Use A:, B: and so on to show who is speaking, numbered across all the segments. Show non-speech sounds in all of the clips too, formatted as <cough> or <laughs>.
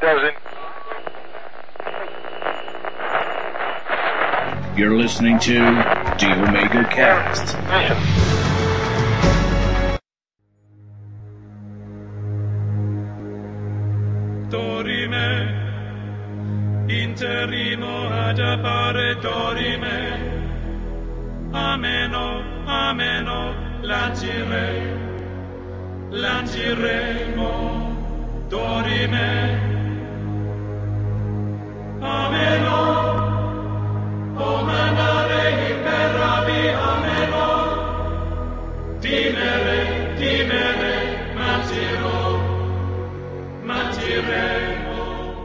A: doesn't.
B: You're listening to The Omega Cast.
A: Listen.
C: dorime, interimo ad appare dorime, ameno, ameno, lancire, lanciremo, dorime, ameno, o mandare imperavi, ameno, dimere, dimere, mantiro, mantiremo.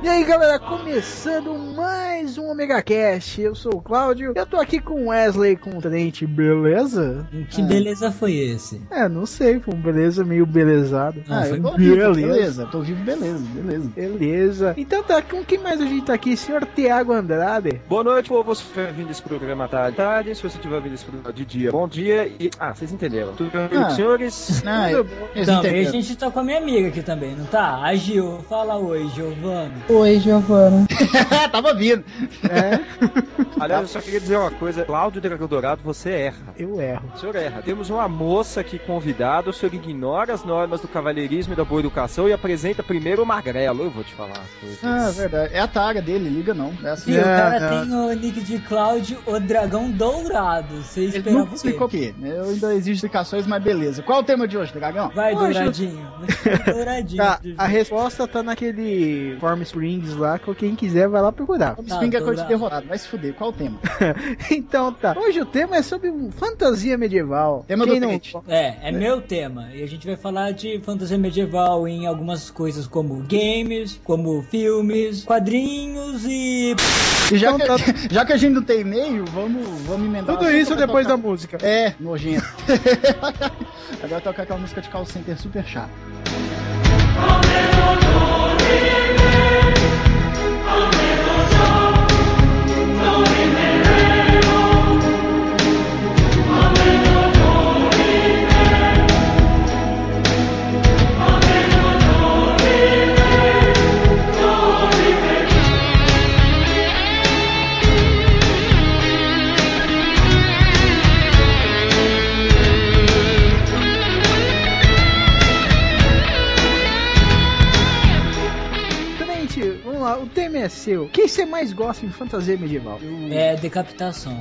D: E aí galera, começando mais um Omega Cast. Eu sou o Cláudio. Eu tô aqui com Wesley com o Trent, beleza?
E: Que beleza foi esse?
D: É, não sei, foi um beleza meio belezado. Ah,
E: Não, foi
D: eu
F: Tô vivo, um beleza. Tô vivo, beleza, beleza.
D: Beleza. Então tá, com quem mais a gente tá aqui? Senhor Tiago Andrade.
G: Boa noite, povo. Se você vindo esse programa à tarde, tarde, se você tiver vindo esse programa de dia, bom dia e... Ah, vocês entenderam. Tudo bem,
F: Ah.
G: senhores?
F: Ah,
D: Tudo bom?
F: eles
E: Também a
F: entenderam.
E: gente tá com a minha amiga aqui também, não tá? A Gil. Fala oi, Giovana.
H: Oi, Giovana.
F: Tava vindo.
G: Aliás, eu só queria dizer uma coisa. Cláudio Dragão Dourado, você erra.
D: Eu erro.
G: O senhor erra. Temos uma moça aqui convidada, o senhor ignora as normas do cavalheirismo e da boa educação e apresenta primeiro o Magrelo. Eu vou te falar uma coisa.
F: Ah, verdade. É a taga dele, liga não. É assim.
E: Viu, o cara
D: não.
E: tem o nick de Cláudio, o dragão dourado. Você
F: Ele
E: espera
F: não
E: você.
F: explicou o quê? Eu ainda exijo explicações, mas beleza. Qual é o tema de hoje, Dragão?
E: Vai,
D: Ô, Gil.
E: douradinho. douradinho.
D: Tá, a resposta tá naquele Form Springs lá, que quem quiser vai lá procurar.
F: Vamos
E: Tá,
F: Spring é coisa
E: Dourado.
F: de derrotado. Vai se fuder. Qual é o tema?
D: <laughs> Então tá. Hoje o tema é sobre fantasia medieval.
F: Tema do
D: quem não...
F: Trent.
E: É, é meu tema. E a gente vai falar de fantasia medieval em algumas coisas como games, como filmes, quadrinhos e.
F: E já,
D: Então
F: que, já que a gente não tem e-mail, vamos, vamos emendar. o
D: Tudo
F: assunto,
D: isso
F: eu vou
D: depois da
F: tocar-
D: música.
F: É, nojento. <laughs> Agora toca aquela música de call center super chata.
D: Trent, vamos lá, o tema é seu. O que você mais gosta em fantasia medieval?
E: É, decapitação.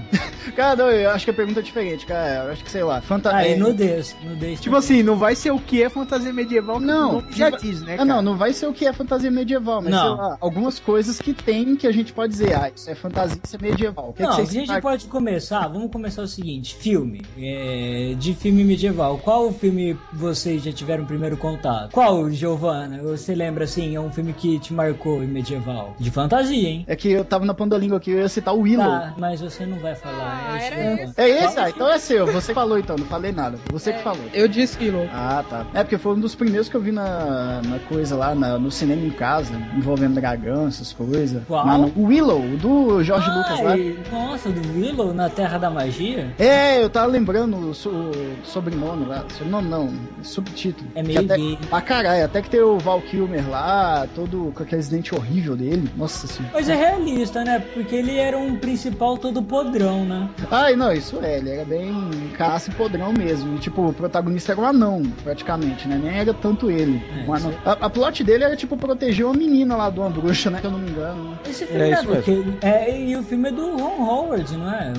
F: Cara, não, eu acho que a pergunta é diferente, cara. Eu acho que, sei lá, é, fantasia.
E: Ah, e nudez. Nudez.
D: Tipo assim, não vai ser o que é fantasia medieval, que
F: Não,
D: o nome já
F: não
D: diz, né?
F: Ah, não,
D: cara?
F: não vai ser o que é fantasia medieval, mas
E: Não.
F: sei lá, algumas coisas que tem que a gente pode dizer, ah, isso é fantasia, isso é medieval. O que,
E: Não,
F: que
E: a
F: vocês
E: gente
F: acham?
E: pode começar. Ah, Vamos começar o seguinte: filme. é, de filme medieval. Qual filme vocês já tiveram primeiro contato? Qual, Giovana? Você lembra assim? É um filme que te marcou em medieval? De fantasia, hein?
F: É que eu tava na ponta da língua aqui, eu ia citar o Willow.
E: Tá, mas você não vai falar.
H: Ah,
E: é
H: era
E: Giovana.
F: É esse? Ah, então é seu. Você que falou então, não falei nada. Você que falou.
H: É, Eu disse que louco.
F: Ah, tá. É porque foi um dos primeiros que eu vi na, na coisa lá, na- no cinema em casa, envolvendo dragão, essas coisas.
E: Qual?
F: Mas não- o Willow, do Jorge Lucas lá.
E: Ai, Ah, Nossa, do Willow na Terra da Magia?
F: É, eu tava lembrando o, so- o sobrenome lá. Sobrenome não, subtítulo.
E: É meio
F: Que até,
E: gay.
F: Ah, caralho, até que tem o Val Kilmer lá, todo com aqueles dentes horrível dele. Nossa senhora.
E: Mas é realista, né? Porque ele era um principal todo podrão, né?
F: Ai, não, isso é, ele era bem caça e podrão mesmo. E, tipo, o protagonista era um anão, praticamente, né? Nem era tanto ele.
E: É,
F: um anão.
E: isso
F: A, a plot dele era, tipo, proteger uma menina lá de uma bruxa, né? Se eu não me engano.
E: Esse
G: É,
E: filme é,
G: isso
E: do que- é, e o filme é do Ron Howard, não é?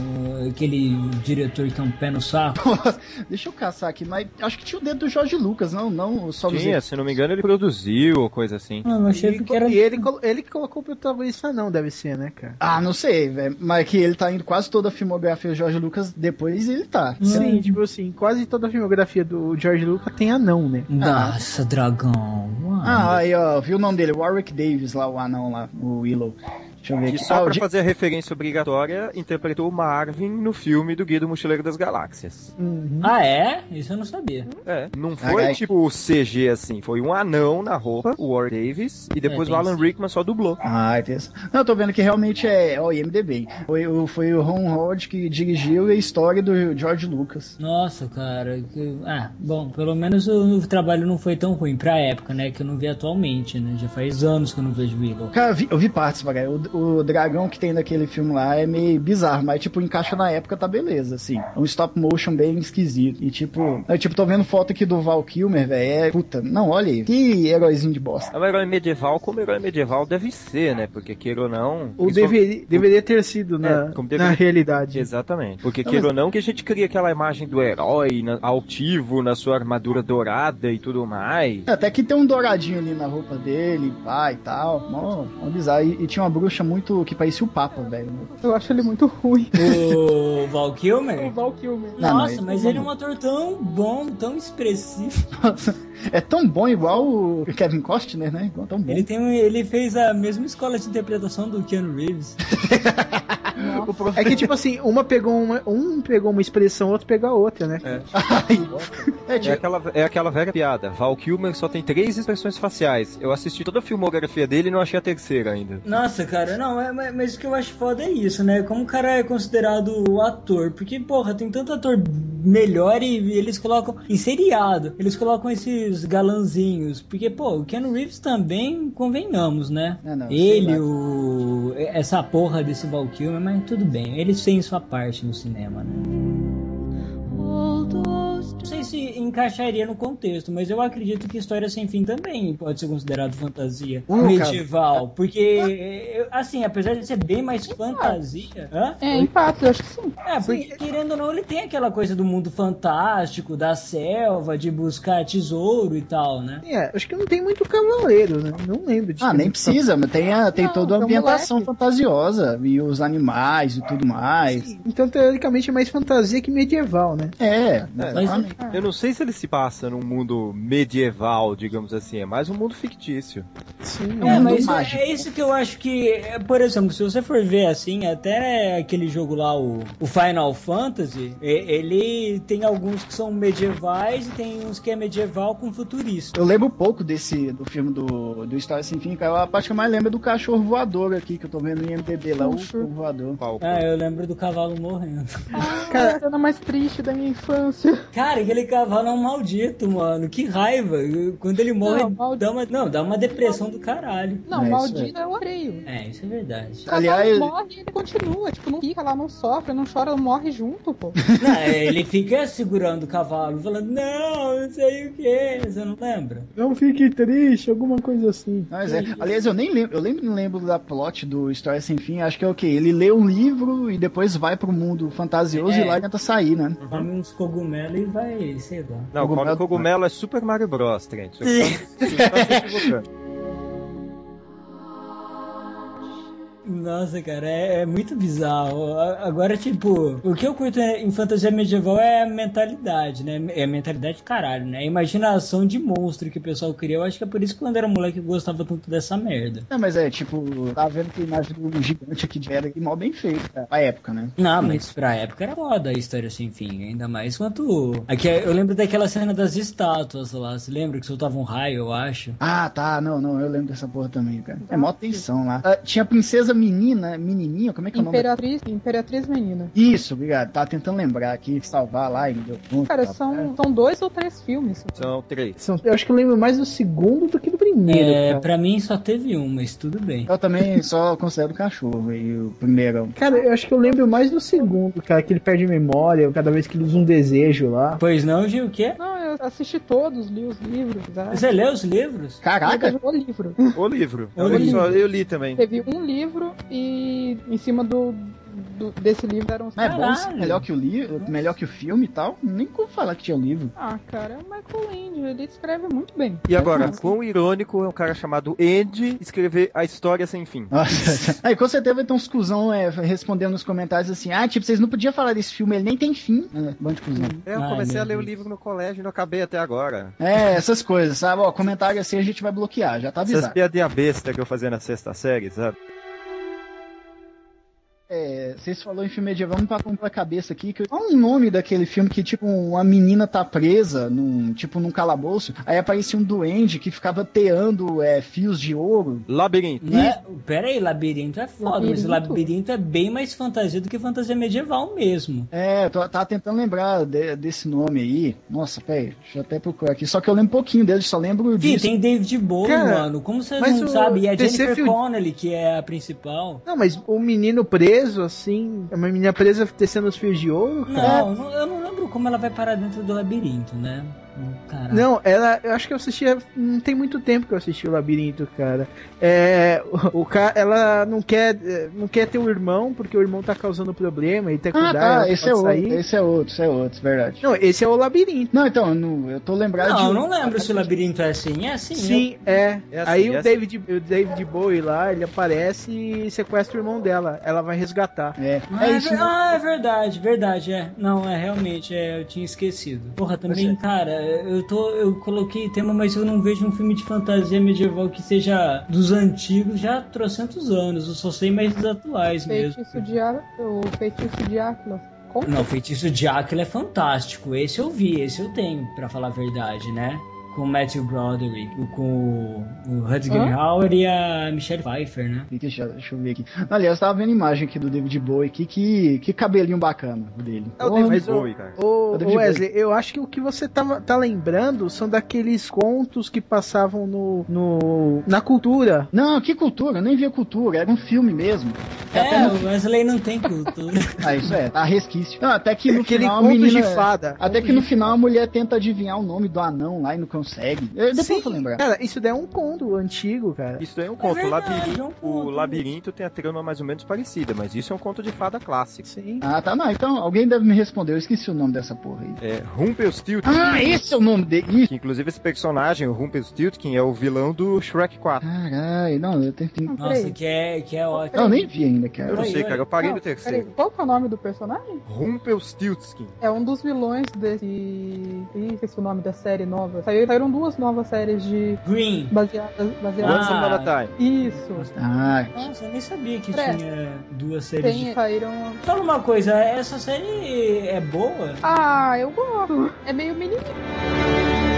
E: O- aquele diretor que é um pé no saco.
F: Deixa eu caçar aqui, mas acho que tinha o dedo do Jorge Lucas, não, não só dos
G: Tinha, se não me engano, ele produziu ou coisa assim.
E: Mano, eu achei
D: E,
E: que era.
D: e ele, colo- ele que colocou o protagonista, não, deve ser, né, cara?
F: Ah, não sei, velho. Mas que ele tá indo quase toda a filmografia do Jorge Lucas, depois ele tá.
D: Sim, tipo assim, quase toda a filmografia do George Lucas tem anão, né?
E: Nossa, dragão. mano.
F: Ah, aí ó, viu o nome dele, Warwick Davis lá, o anão lá, o Willow. Deixa eu ver
G: E
F: aqui.
G: só
F: Ah, o
G: pra
F: Jim-
G: fazer a referência obrigatória, interpretou o Marvin no filme do Guia do Mochileiro das Galáxias.
F: Uhum.
E: Ah, é? Isso eu não sabia.
G: É. Não
F: Ah,
G: foi
F: é.
G: tipo CG assim, foi um anão na roupa, o Warren Davis, e depois
E: É,
G: o
E: tem
G: Alan
E: isso.
G: Rickman só dublou.
F: Ah, interessante. Não, eu tô vendo que realmente é ó, o IMDB. Foi, o- foi o Ron Howard que dirigiu e a história do George Lucas.
E: Nossa, cara. que- Ah, bom, pelo menos o, o trabalho não foi tão ruim pra época, né? Que eu não vi atualmente, né? Já faz anos que eu não vejo <laughs> Willow.
F: Cara, eu vi, eu vi partes, cara. O, o dragão que tem naquele filme lá é meio bizarro, mas, tipo, encaixa na época, tá beleza, assim. É um stop motion bem esquisito. E, tipo, eu, tipo, tô vendo foto aqui do Val Kilmer, velho. É, puta, não, olha aí. Que heróizinho de bosta.
G: É um herói medieval como herói medieval deve ser, né? Porque queira ou não.
D: Ou
G: isso-
D: deveria, deveria ter sido na,
G: É, como
D: na
G: deveria-
D: realidade.
G: Exatamente. Porque
F: Não,
G: queira ou não que a gente cria aquela imagem do herói na- altivo na sua armadura dourada e tudo mais.
F: Até que tem um douradinho ali na roupa dele, pá e tal. Mó, mó bizarro. E, e tinha uma bruxa muito que parecia o Papa, velho.
A: Eu acho ele muito ruim.
E: O Val
A: O
E: Kilmer?
A: Val Kilmer.
F: Não,
E: Nossa,
F: não,
E: mas
F: não.
E: ele é um ator tão bom, tão expressivo.
F: <laughs> É tão bom igual o Kevin Costner, né? Igual tão bom.
E: Ele, tem, um- ele fez a mesma escola de interpretação do Keanu Reeves.
D: O pro- É que, tipo assim, uma pegou uma, um pegou uma expressão, outro pegou a outra, né?
F: É,
G: É
F: tipo,
G: aquela, é aquela velha piada. Val Kilmer só tem três expressões faciais. Eu assisti toda a filmografia dele e não achei a terceira ainda.
E: Nossa, cara, não, é, mas, mas o que eu acho foda é isso, né? Como o cara é considerado o ator, porque, porra, tem tanto ator melhor e eles colocam em seriado, eles colocam esses galanzinhos, porque, pô, o Ken Reeves também, convenhamos, né?
F: Ah, não, sei
E: ele,
F: lá.
E: o... essa porra desse Val Kilmer, mas tudo bem, eles têm sua parte no cinema, né? Não sei se encaixaria no contexto, mas eu acredito que História Sem Fim também pode ser considerado fantasia
F: Uh,
E: medieval. Porque, eu- assim, apesar de ser bem mais fantasia. Hã?
A: É, empate, eu acho que sim.
E: É, porque, querendo ou não, ele tem aquela coisa do mundo fantástico, da selva, de buscar tesouro e tal, né?
D: É, acho que não tem muito cavaleiro, né? Não lembro disso.
F: Ah, nem precisa, mas tem, a, tem
A: Não,
F: toda a
A: tem um
F: ambientação
A: moleque.
F: fantasiosa e os animais e tudo mais.
D: Então, teoricamente, é mais fantasia que medieval, né?
F: É,
G: Mas-
F: exatamente.
G: Eu não sei se ele se passa num mundo medieval, digamos assim. É mais um mundo fictício.
D: Sim.
F: um
E: É,
A: né?
F: mundo
E: mas é-
F: mágico.
E: é isso que eu acho que, é, por exemplo, se você for ver assim, até aquele jogo lá, o, o Final Fantasy, e- ele tem alguns que são medievais e tem uns que é medieval com futurista.
F: Eu lembro pouco desse do filme do, do História Sem Fim, cara. A parte que eu mais lembro é do cachorro voador aqui, que eu tô vendo no IMDB lá, o cachorro voador.
G: Qual-
E: Ah, eu lembro do cavalo morrendo. <laughs>
D: é
A: Cara, a cena mais triste da minha infância.
E: Cara, aquele cavalo é um maldito, mano. Que raiva. Quando ele morre,
A: Não, maldito.
E: dá, uma, não, dá uma depressão do caralho.
A: Não,
F: É,
A: Maldino é o areio.
E: É, isso é verdade.
A: O
F: Aliás-
A: cavalo morre e ele continua. Tipo, não fica lá, não sofre, não chora, morre junto, pô.
E: <laughs> Não, é, ele fica segurando o cavalo, falando, não, não sei o que, você não lembra?
D: <laughs> Não fique triste, alguma coisa assim.
F: Mas é. Aliás, eu nem lembro, eu lembro, não lembro da plot do História Sem Fim. Acho que é o quê? Ele lê um livro e depois vai pro mundo fantasioso
E: É.
F: e lá tenta sair, né?
E: Come uns cogumelos e vai, sei lá.
G: Não, o
F: Cogumelo-
G: Cogumelo... Cogumelo é Super Mario Bros, Trent. Você tá- você tá se equivocando.
E: Nossa, cara, é, é muito bizarro. A- Agora, tipo, o que eu curto é- em fantasia medieval é a mentalidade, né? É a mentalidade de caralho, né? A imaginação de monstro que o pessoal cria. Eu acho que é por isso que quando era moleque eu gostava tanto dessa merda.
F: Não, mas é, tipo, tá vendo que a imagem do gigante aqui de pedra e mal bem feito, cara, pra época, né?
E: Não, mas pra época era foda a história sem fim, ainda mais quanto. Aqui, eu lembro daquela cena das estátuas lá, você lembra que soltava um raio, eu acho?
F: Ah, tá, não, não, eu lembro dessa porra também, cara. É mó tensão lá. Ah, tinha a princesa menina, menininha, como é que é o nome?
A: Imperatriz, Imperatriz Menina.
F: Isso, obrigado. Tava tentando lembrar aqui, salvar lá e me deu conta.
A: Cara, um-
F: tá,
A: são, são dois ou três filmes.
G: São três.
D: São- eu acho que eu lembro mais do segundo do que do primeiro.
E: É,
D: cara.
E: pra mim só teve um, mas tudo bem.
F: Eu também só considero o cachorro e o primeiro.
D: Cara, eu acho que eu lembro mais do segundo, cara, que ele perde memória cada vez que ele usa um desejo lá.
E: Pois não, Gil, o quê?
A: Não, eu assisti todos, li os livros. tá?
E: Você é leu os livros?
F: Caraca,
A: Teve O livro.
G: O livro.
E: É O
G: eu, li
E: livro.
G: só- eu li também.
A: Teve um livro e em cima do, do- desse livro eram os
F: não é bom,
E: Caralho.
F: sim, melhor que o livro, melhor que o filme e tal. Nem como falar que tinha o livro.
A: Ah, cara, é o Michael Ende, ele escreve muito bem.
G: E
E: É
G: agora,
A: Nossa.
G: quão irônico é um cara chamado Andy escrever a história sem fim.
F: Nossa. <laughs> Aí com certeza vai ter uns cuzão é, respondendo nos comentários assim: ah, tipo, vocês não podiam falar desse filme, ele nem tem fim. É, bando de cuzão.
G: Eu
E: Ai,
G: comecei
E: meu
G: a ler o
E: Deus.
G: livro no colégio e não acabei até agora.
F: É, essas coisas, sabe? Ó, comentário assim a gente vai bloquear, já tá
G: Essas
F: avisado.
G: piadinhas besta que eu fazia na sexta série, sabe?
F: É, Vocês falaram em filme medieval, me passou pela cabeça aqui que há um nome daquele filme que, tipo, uma menina tá presa num, tipo, num calabouço, aí aparecia um duende que ficava teando é, fios de ouro.
G: Labirinto.
D: é?
E: Né? Pera aí, labirinto é foda, mas o
A: Labirinto?
E: labirinto é bem mais fantasia do que fantasia medieval mesmo.
F: É, tô, tava tentando lembrar de- desse nome aí. Nossa, peraí, deixa eu até procurar aqui. Só que eu lembro pouquinho dele, só lembro
E: Fih,
F: disso.
E: tem David Bowie,
D: Cara,
E: mano. Como você
D: mas
E: não
D: o
E: sabe? E a
D: DC
E: Jennifer
D: Field-
E: Connelly, que é a principal.
D: Não, mas o menino preso,
A: é
D: assim. Uma menina presa tecendo os fios de ouro, cara.
E: Não, não- eu não lembro como ela vai parar dentro do labirinto, né? Caraca.
D: Não, ela. Eu acho que eu assisti. Não tem muito tempo que eu assisti o Labirinto, cara. É. O, o ca- ela não quer. eh, Não quer ter o irmão, porque o irmão tá causando problema e tem que
F: Ah,
D: cuidar. ela
F: tá,
D: não
F: esse é
D: pode
F: outro,
D: sair.
F: esse é outro, esse é outro, verdade.
D: Não, esse é o Labirinto.
F: Não, então, eu não- eu tô lembrado de. um
E: Não, eu não lembro se o labirinto é assim. É assim. eu-
D: é Sim, é.
G: É assim,
D: Aí
G: é
D: o,
G: assim.
D: David, o David Bowie lá, ele aparece e sequestra o irmão dela. Ela vai resgatar.
F: É,
E: Ah,
F: é
E: é
F: isso.
E: ver- ah, é verdade, verdade, é. Não, é realmente, é, eu tinha esquecido. Porra, também, cara, eu tô. Eu coloquei tema, mas eu não vejo um filme de fantasia medieval que seja dos antigos já há trocentos anos. Eu só sei mais dos atuais mesmo.
A: Feitiço de Ar... O feitiço de Áquila. Como?
E: Não, o feitiço de Áquila é fantástico. Esse eu vi, esse eu tenho, pra falar a verdade, né? Com o Matthew Broderick, o- com o, o Rutger
A: Hã?
E: Hauer e a Michelle Pfeiffer, né?
F: Deixa, deixa eu ver aqui. Aliás, eu tava vendo imagem aqui do David Bowie aqui, que, que cabelinho bacana o dele.
D: É o
F: Porra,
D: David
G: Bowie, cara.
D: Ô,
F: O David
D: ô, Wesley, eu acho que o que você tá, tá lembrando são daqueles contos que passavam no, no- na cultura.
F: Não, que cultura, eu nem via cultura, era um filme mesmo. Que até
E: É,
F: no-
E: o Wesley não tem cultura.
F: Ah, isso é, a resquício. Não, até que no
D: <laughs> Aquele
F: final a
D: conto
F: menina... é-
D: de fada.
F: Até que no final a mulher tenta adivinhar o nome do anão lá e não consegue. Eu, depois eu vou lembrar.
D: Cara, isso daí é um conto antigo, cara.
G: Isso daí é um conto. o
E: verdade,
G: labirinto,
E: é um
G: o
E: conto.
G: labirinto tem a trama mais ou menos parecida, mas isso é um conto de fada clássico.
D: Sim.
F: Ah, tá, não, então alguém deve me responder, eu esqueci o nome dessa porra aí.
G: É Rumpelstiltskin.
F: Ah, esse é o nome dele! Ih,
G: que inclusive esse personagem, o Rumpelstiltskin, é o vilão do Shrek 4.
F: Caralho, não, eu tentei... Não,
E: Nossa, que é, que é ótimo.
F: eu nem vi ainda,
G: Eu
F: cara.
G: não
E: Oi,
G: sei,
E: oi.
G: cara, eu parei
A: Não,
G: no terceiro.
A: peraí, Qual que é o nome do personagem?
G: Rumpelstiltskin.
A: É um dos vilões desse. Ih, esqueci o nome da série nova. Saiu- Saíram duas novas séries de.
E: Green.
A: baseadas.
E: Ah,
A: baseadas...
G: Once upon a time.
A: Isso.
F: Ah,
E: Nossa, eu nem sabia que
A: Presta.
E: tinha duas séries.
A: Tem,
E: De...
A: saíram
E: Fala uma coisa, essa série é boa?
A: Ah, eu gosto. É meio menininho.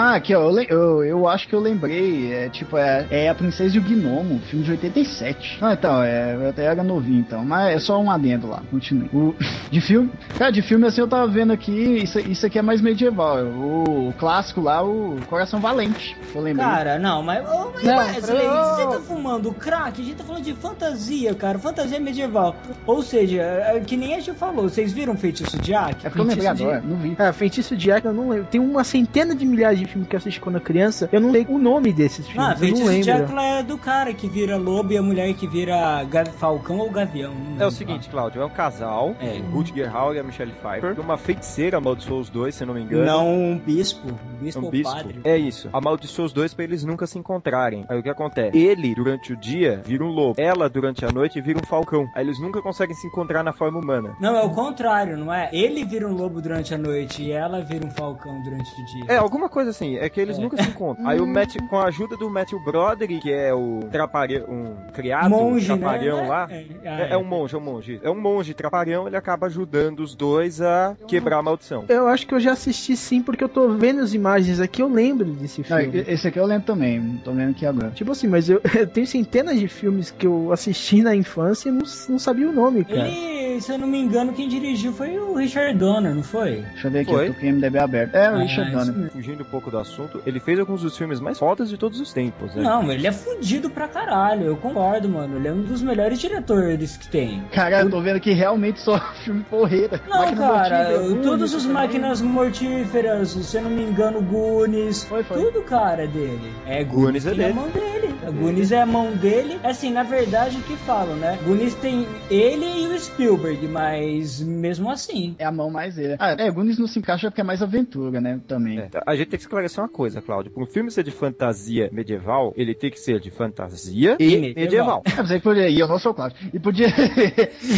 F: Ah, aqui ó, eu, le- eu, eu acho que eu lembrei, é tipo, é, é A Princesa e o Gnomo, filme de 87. Ah, então, é, eu até era novinho então, mas é só um adendo lá, continue. O- <laughs> de filme, cara, de filme assim eu tava vendo aqui, isso, isso aqui é mais medieval, o, o clássico lá, o Coração Valente, que eu lembrei.
E: Cara, não, mas, ô, mas
A: Não,
E: Wesley,
A: não.
E: você tá fumando crack? A gente tá falando de fantasia, cara, fantasia medieval. Ou seja, é que nem a gente falou, vocês viram Feitiço de Aki?
F: é porque eu lembrei
E: Feitiço de-
F: agora,
E: <laughs>
F: não vi.
D: Ah, Feitiço de Áquila, eu não lembro. Tem uma centena de milhares de filmes que eu assisti quando eu criança. Eu não sei o nome desses
E: Ah,
D: filmes. eu não
E: Feitiço de
D: lembro.
E: Áquila é do cara que vira lobo e a mulher que vira gavi- falcão ou gavião. não
G: É
E: lembro.
G: o seguinte, Cláudio, é um casal,
E: É. Uhum.
G: Rutger Hauer e a Michelle Pfeiffer. Uma feiticeira amaldiçoou os dois, se eu não me engano. É
E: Não um bispo, um bispo
G: Um
E: ou
G: bispo.
E: padre.
G: É isso. Amaldiçoa os dois pra eles nunca se encontrarem. Aí o que acontece? Ele, durante o dia, vira um lobo. Ela, durante a noite, vira um falcão. Aí eles nunca conseguem se encontrar na forma humana.
E: Não, é o contrário, não é? Ele vira um lobo durante a noite e ela vira um falcão durante o dia.
G: É, alguma coisa assim. É que eles nunca se encontram. Aí o Matt, com a ajuda do Matthew Broderick, que é o trapare... um criado,
E: monge,
G: um
E: né?
G: trapalhão lá.
E: É,
G: É, é um monge, é um monge. É um monge trapalhão, ele acaba ajudando os dois a quebrar a maldição.
D: Eu acho que eu já assisti sim, porque eu tô vendo as imagens aqui, eu lembro desse
F: Não,
D: filme.
F: e- esse aqui eu lembro também, tô vendo aqui agora.
D: Tipo assim, mas eu, <laughs> eu tenho centenas de filmes que eu assisti na infância e não, não sabia o nome, cara.
E: Ele, se eu não me engano, quem dirigiu foi o Richard Donner, não foi?
F: Deixa eu ver aqui,
G: Foi?
F: eu tô com o MDB aberto. É, o Richard
E: Ah,
F: Donner.
E: isso mesmo.
G: Fugindo um pouco do assunto, ele fez alguns dos filmes mais fodas de todos os tempos, né?
E: Não, ele é fudido pra caralho, eu concordo, mano. Ele é um dos melhores diretores que tem.
F: Cara, eu tô vendo que realmente só <laughs> filme porreira.
E: Não,
F: Máquina né?
E: cara,
F: Mortífera,
E: eu- todos
F: Goonies,
E: os
F: também.
E: máquinas mortíferas, se eu não me engano, Goonies,
F: Foi, foi.
E: tudo, cara, é dele. É,
G: Goonies é
E: tem
G: dele.
E: a mão dele. A Goonies é a mão dele. Assim, na verdade, o que falam, né? Goonies tem ele e o Spielberg, mas mesmo assim.
F: É a mão mais ele. Ah, é, Goonies não se encaixa porque é mais aventura, né? Também.
G: É, a gente tem que esclarecer uma coisa, Cláudio. Pra um filme ser de fantasia medieval, ele tem que ser de fantasia e,
E: E medieval.
G: medieval.
F: Eu pensei que podia. E eu não sou o Cláudio. E podia. <laughs>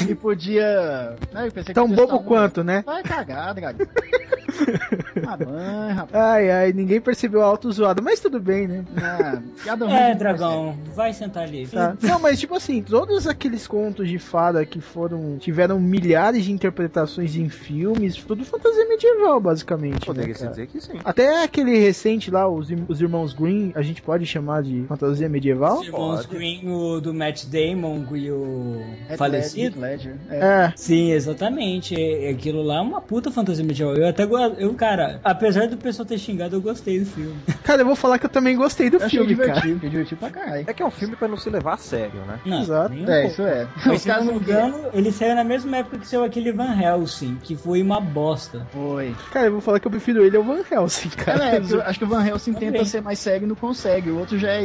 F: e podia. Não, eu pensei que
D: Tão
F: podia
D: bobo
F: estar-
D: quanto, né?
F: Vai cagar, dragão. Ah, mãe, rapaz.
D: Ai, ai, ninguém percebeu a auto zoada, mas tudo bem, né?
F: Ah, piada ruim
E: É,
F: demais, né?
E: dragão, vai sentar ali.
D: Tá. Não, mas tipo assim, todos aqueles contos de fada que foram. tiveram milhares de interpretações em filmes, tudo fantasia medieval, basicamente. né,
G: Poderia se
D: cara?
G: dizer que sim.
D: Até aquele recente lá, os, Irm- os Irmãos Green, a gente pode chamar de fantasia medieval?
E: Os irmãos
G: pode.
E: Green, o do Matt Damon e o
F: Heath
E: falecido.
F: né. É Ledger, Heath Ledger. É.
D: É.
E: Sim, exatamente. É- Aquilo lá é uma puta fantasia medieval. Eu até go- eu, cara, apesar do pessoal ter xingado, eu gostei do filme.
D: Cara, eu vou falar que eu também gostei do
F: Eu achei
D: filme, cara.
F: divertido, achei divertido pra caralho.
G: É que é um filme pra não se levar a sério, né?
E: Não,
D: Exato.
E: nem um
F: É,
E: pouco.
F: isso é.
E: Mas, se eu não me engano, ele saiu na mesma época que saiu aquele Van Helsing, que foi uma bosta.
F: Foi.
D: Cara, eu vou falar que eu prefiro ele ao Van Helsing, cara.
F: É, é, porque eu acho que o Van Helsing
E: Também.
F: tenta ser mais sério e não consegue. O outro já é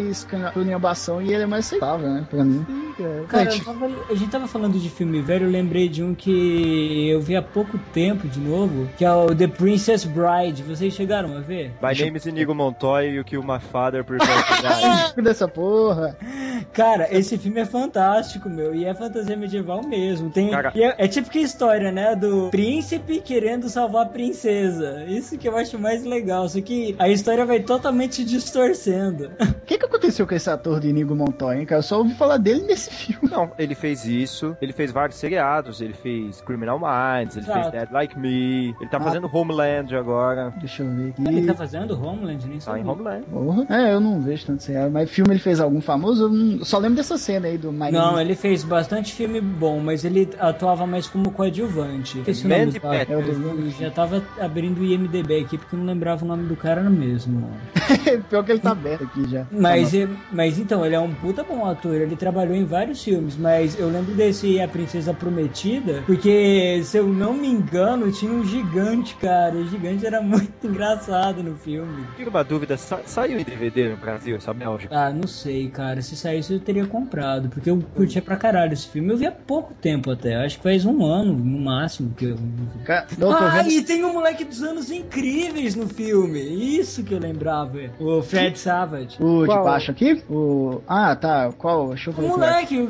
F: escanhabação e ele é mais aceitável, né? Pra mim.
D: Cara,
E: Cara,
F: Gente.
E: eu tava- a gente tava falando de filme velho, eu lembrei de um que eu vi há pouco tempo de novo, que é o The Princess Bride. Vocês chegaram a ver?
G: My name is Inigo Montoya e o que uma father prefers to
F: <laughs>
G: die.
F: Dessa porra.
E: Cara, esse filme é fantástico, meu, e é fantasia medieval mesmo. Tem,
G: Cara.
E: e é, é típica história, né? Do príncipe querendo salvar a princesa. Isso que eu acho mais legal. Só que a história vai totalmente distorcendo.
F: O que, que aconteceu com esse ator de Inigo Montoya, hein, cara? Eu só ouvi falar dele nesse <laughs> filme.
G: Não, ele fez isso, ele fez vários seriados, ele fez Criminal Minds, ele
E: Exato.
G: fez Dead Like Me, ele tá
F: Ah.
G: fazendo Homeland agora.
F: Deixa eu ver
E: Ele tá
F: aqui.
E: fazendo Homeland, nem
G: Tá em
F: Uhum.
E: sabia.
G: Homeland.
F: Porra. É, eu não vejo tanto seriado, mas filme ele fez algum famoso? Eu não- só lembro dessa cena aí do My
E: Não,
F: Name-
E: ele fez bastante filme bom, mas ele atuava mais como coadjuvante. Esse nome
G: Mandy
E: do cara.
G: Patinkin.
F: É o do-
E: Eu já tava abrindo o IMDB aqui porque eu não lembrava o nome do cara mesmo.
F: <laughs> Pior que ele tá aberto aqui já.
E: é
F: Tá
E: Mas, é- mas então, ele é um puta bom ator, ele trabalhou em vários filmes, mas eu lembro desse A Princesa Prometida, porque se eu não me engano, tinha um gigante, cara. O gigante era <laughs> muito engraçado no filme.
G: Tira uma dúvida, sa- saiu em DVD no Brasil essa Bélgica?
E: Ah, não sei, cara. Se saísse eu teria comprado, porque eu curtia pra caralho esse filme. Eu vi há pouco tempo até, acho que faz um ano no máximo que eu.
F: Cara, eu tô
E: ah,
F: vendo-
E: e tem um moleque dos anos incríveis no filme. Isso que eu lembrava. O Fred Savage.
F: O
D: Qual?
F: de baixo aqui? O. Ah, tá. Qual? Deixa eu
E: O
F: procurar.
E: moleque, o,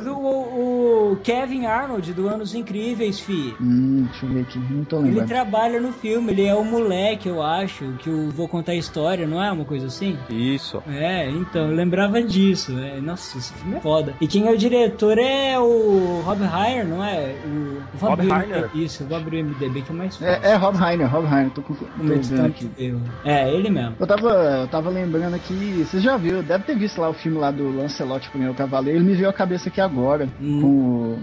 E: o- o Kevin Arnold do Anos Incríveis, fi.
F: Hum, deixa eu ver aqui. Não tô
E: Ele
F: lembrando.
E: trabalha no filme, ele é o moleque, eu acho, que eu vou contar a história, não é uma coisa assim?
G: Isso.
E: É, então, eu lembrava disso. né? nossa, esse filme é foda. E quem é o diretor é o Rob Reiner, não é? O, o
G: Rob
E: abrir o-
G: Reiner?
E: Isso, vou abrir o MDB que é mais fácil.
F: É, é Rob Reiner, Rob Reiner. Tô, com... tô
E: O meu
F: vendo aqui.
E: tanto erro. É, ele mesmo.
F: Eu tava, eu tava lembrando aqui, vocês já viram, deve ter visto lá o filme lá do Lancelot, o primeiro cavaleiro, ele me veio a cabeça aqui agora,
E: Hum.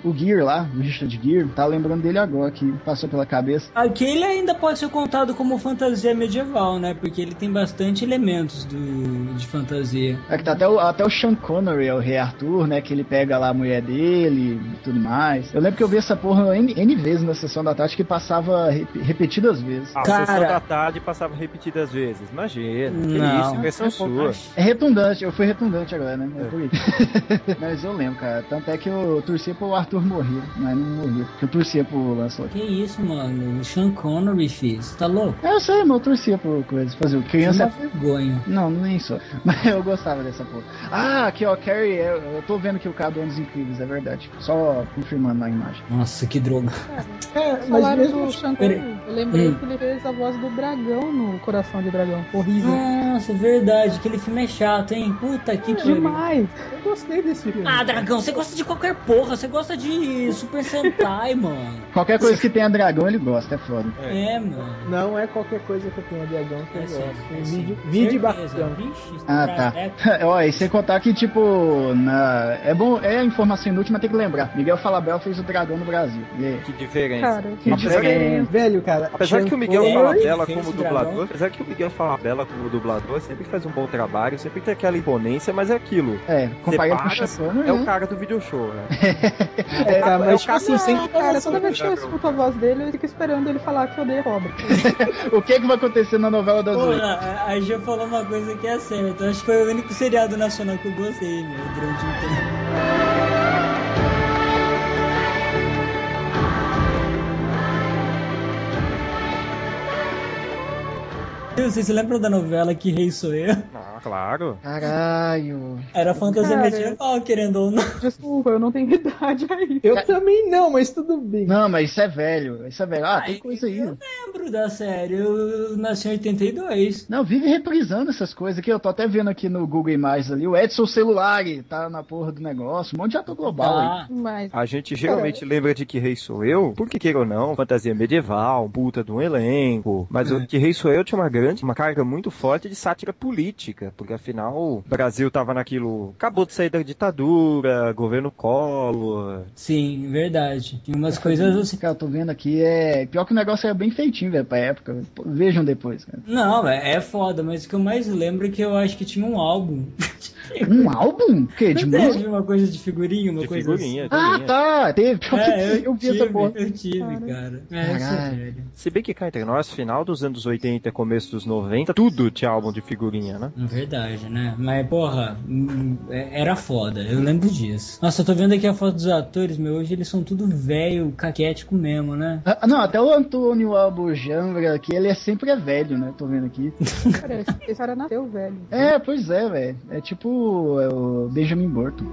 F: com o, o Gear lá, o Richard Gear, tá lembrando dele agora, que passou pela cabeça.
E: Aquele ainda pode ser contado como fantasia medieval, né? Porque ele tem bastante elementos do, de fantasia.
F: É que tá até o, até o Sean Connery, é o Rei Arthur, né, que ele pega lá a mulher dele e tudo mais. Eu lembro que eu vi essa porra N, N vezes na sessão da tarde, que passava rep- repetidas vezes.
G: A
E: Cara.
G: sessão da tarde passava repetidas vezes. Imagina.
E: Não.
G: Que isso, impressão sua.
F: É retundante, eu fui retundante agora, né? É por isso. <laughs> Mas eu lembro, cara. Tanto é que eu torcia pro Arthur morrer, mas não morreu. porque Eu torcia pro Lancelot.
E: Que isso, mano? O Sean Connery, fi. Você tá louco?
F: É, Eu sei, mas eu torcia por coisa. Fazer o
E: Isso é
F: criança.
E: uma vergonha.
F: Não, nem só. <laughs> Mas eu gostava dessa porra. Ah, aqui ó, Carrie, eu, eu tô vendo que o cara do Anos Incríveis, é verdade. Só confirmando na imagem.
E: Nossa, que droga.
A: É,
D: mas
A: falaram
D: mesmo assim,
A: do Sean
E: peraí.
A: Connery. Eu lembrei
E: Hum.
A: que ele fez a voz do dragão no Coração de Dragão. Horrível.
E: Hum. Nossa, verdade. Aquele filme é chato, hein? Puta
F: É,
E: que pariu.
A: É Demais.
D: assim,
A: Eu gostei desse filme.
E: Ah, dragão, você gosta de qualquer porra. Você gosta de Super Sentai, <laughs> mano.
F: Qualquer coisa que tenha dragão, ele gosta, é foda. <laughs>
E: É, mano.
D: Não é qualquer coisa que eu tenha dragão que eu
E: É sim,
D: gosto.
E: é
D: Tem
E: sim.
D: vídeo, vídeo
E: Certeza. é
D: bacana.
E: Vixe,
F: Ah, tá.
E: careca.
F: <laughs> Ó, e sem contar que, tipo, na... é bom, é informação inútil, mas tem que lembrar. Miguel Falabella fez o dragão no Brasil. E- é,
G: Que diferença.
A: Cara,
F: Que
A: nossa,
G: é
F: diferença.
D: Velho, cara.
G: Apesar
D: Sean
G: que o Miguel
E: Connery
G: Falabella
E: fez
G: como
E: o dragão.
G: dublador, apesar que o Miguel Falabella como dublador sempre faz um bom trabalho, sempre tem aquela imponência, mas é aquilo.
F: É, comparando com o
G: Separa-
F: Chacana,
G: É o cara do video show, né?
F: é,
D: cara,
G: é o
D: mas tipo
G: cara-
D: assim, sem
A: Cara, toda vez que eu
G: Dragão.
A: escuto a voz dele, eu fico esperando ele falar que odeia cobra.
F: o que que vai acontecer na novela das oito?
E: Porra, a- a Gia falou uma coisa que é certa. Acho que foi o único seriado nacional que eu gostei, meu, durante um tempo. Vocês se lembram da novela Que Rei Sou Eu?
G: Ah, claro.
F: Caralho.
E: Era fantasia
A: Cara.
E: medieval, querendo ou não.
A: Desculpa, eu não tenho idade aí.
D: Eu também não, mas tudo bem.
F: Não, mas isso é velho. Isso é velho. Ah, tem coisa aí.
E: Eu lembro da série. Eu nasci em 82.
F: Não, vive reprisando essas coisas aqui. Eu tô até vendo aqui no Google Imagens ali. O Edson Celular tá na porra do negócio. Um monte de ator global aí.
E: Ah,
A: Mas
G: A gente geralmente lembra de Que Rei Sou Eu, porque queira ou não, fantasia medieval, puta de um elenco. Mas o Que Rei Sou Eu tinha uma grande, uma carga muito forte de sátira política, porque afinal o Brasil tava naquilo, acabou de sair da ditadura, governo Collor.
E: sim, verdade. Tinha umas coisas assim.
F: Cara, eu tô vendo aqui, é. Pior que o negócio era bem feitinho, velho, pra época. Pô, Vejam depois, cara.
E: Não, é é foda, mas o que eu mais lembro é que eu acho que tinha um álbum.
F: Um álbum? O
E: <laughs>
F: quê? De
E: Não
F: música?
E: teve uma coisa de figurinha, uma
G: De
E: coisa
G: figurinha, de
F: Ah,
G: figurinha.
F: tá! Teve. Pior
E: assim.
F: que
E: É, eu,
F: eu vi
E: tive,
F: essa porra.
E: eu tive, cara. É, eu sou
F: Caralho.
E: velho.
G: Se bem que cá entre nós, final dos anos 80, começo dos 90, tudo tinha álbum de figurinha, né?
E: Verdade, né? Mas, porra, hum, é- era foda. Eu lembro disso. Nossa, eu tô vendo aqui a foto dos atores, meu. Hoje eles são tudo velho, caquético mesmo, né?
F: Ah, Não, até o Antônio Abujamra aqui, ele é sempre é velho, né? Tô vendo aqui.
A: cara, esse- esse cara nasceu velho.
F: É, pois é, velho. É tipo é o Benjamin Burton.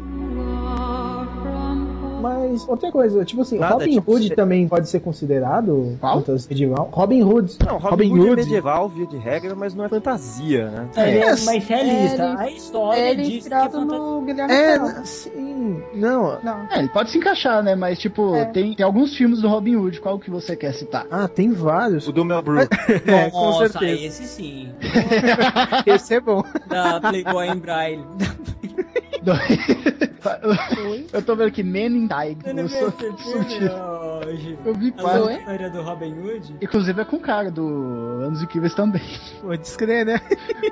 H: Mas outra coisa, tipo assim,
G: Nada,
H: Robin
G: tipo,
H: Hood
G: você-
H: também pode ser considerado
F: Qual?
H: fantasia medieval. Robin Hood.
G: Não, Robin, Hood é medieval, via de regra, mas não é fantasia, né?
E: É, ele é
D: Yes.
E: mais realista.
A: Ele-
E: a história
A: Ele é
E: diz que é
A: inspirado
E: fantasia.
A: no Guilherme
D: É,
A: Tell.
H: sim. Não.
A: Não.
F: É, ele pode se encaixar, né? Mas, tipo,
A: É.
F: tem, tem alguns filmes do Robin Hood, qual que você quer
D: <laughs>
F: citar?
D: Ah, tem vários.
G: O do Mel Brooks.
D: É, com
E: Nossa,
D: certeza. <laughs>
E: esse sim.
D: Esse é bom.
E: Da Playboy em Braille.
F: eu tô vendo aqui Men in Ah, Tiger.
E: Eu
F: Eu,
E: não
F: sou-
E: percebi, meu. Gi.
F: eu vi
E: A
F: quase.
A: Alô?
E: história do Robin Hood?
F: Inclusive é com o cara do Anos Incríveis também. <laughs>
D: Vou descrer, né?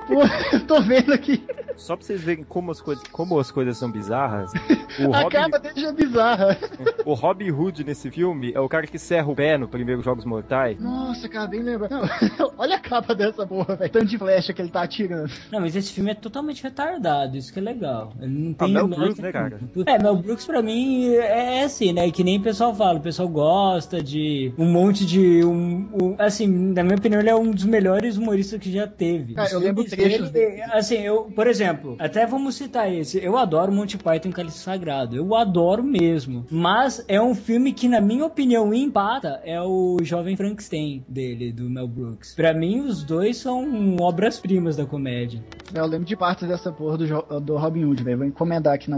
F: Pô, eu tô vendo aqui.
G: Só pra vocês verem como as, coisas- como as coisas são bizarras,
F: <laughs>
G: o
F: a
G: Robin,
F: capa dele já é bizarra.
G: o Robin Hood nesse filme é o cara que serra o pé no primeiro Jogos Mortais.
F: Nossa, cara, bem lembrado. Não, <laughs> Olha a capa dessa porra, velho. Tanto de flecha que ele tá atirando.
E: Não, mas esse filme é totalmente retardado, isso que é legal. Ele não tem
G: Mel
E: lógica
G: Brooks, né, cara?
E: nenhuma. É, Mel Brooks pra mim é assim, né? Que nem o pessoal fala, o pessoal gosta de um monte de. Um, um- assim, na minha opinião, ele é um dos melhores humoristas que já teve.
F: Cara, eu
E: Os
F: lembro
E: filmes
F: trechos dele.
E: Assim, eu, por exemplo, até vamos citar esse. Eu adoro Monty Python e o Cálice Sagrado. Eu adoro mesmo. Mas é um filme que, na minha opinião, empata é o Jovem Frankenstein dele, do Mel Brooks. Pra mim, os dois são obras-primas da comédia.
F: Eu lembro de partes dessa porra do, jo- do Robin Hood, velho. Vou encomendar aqui na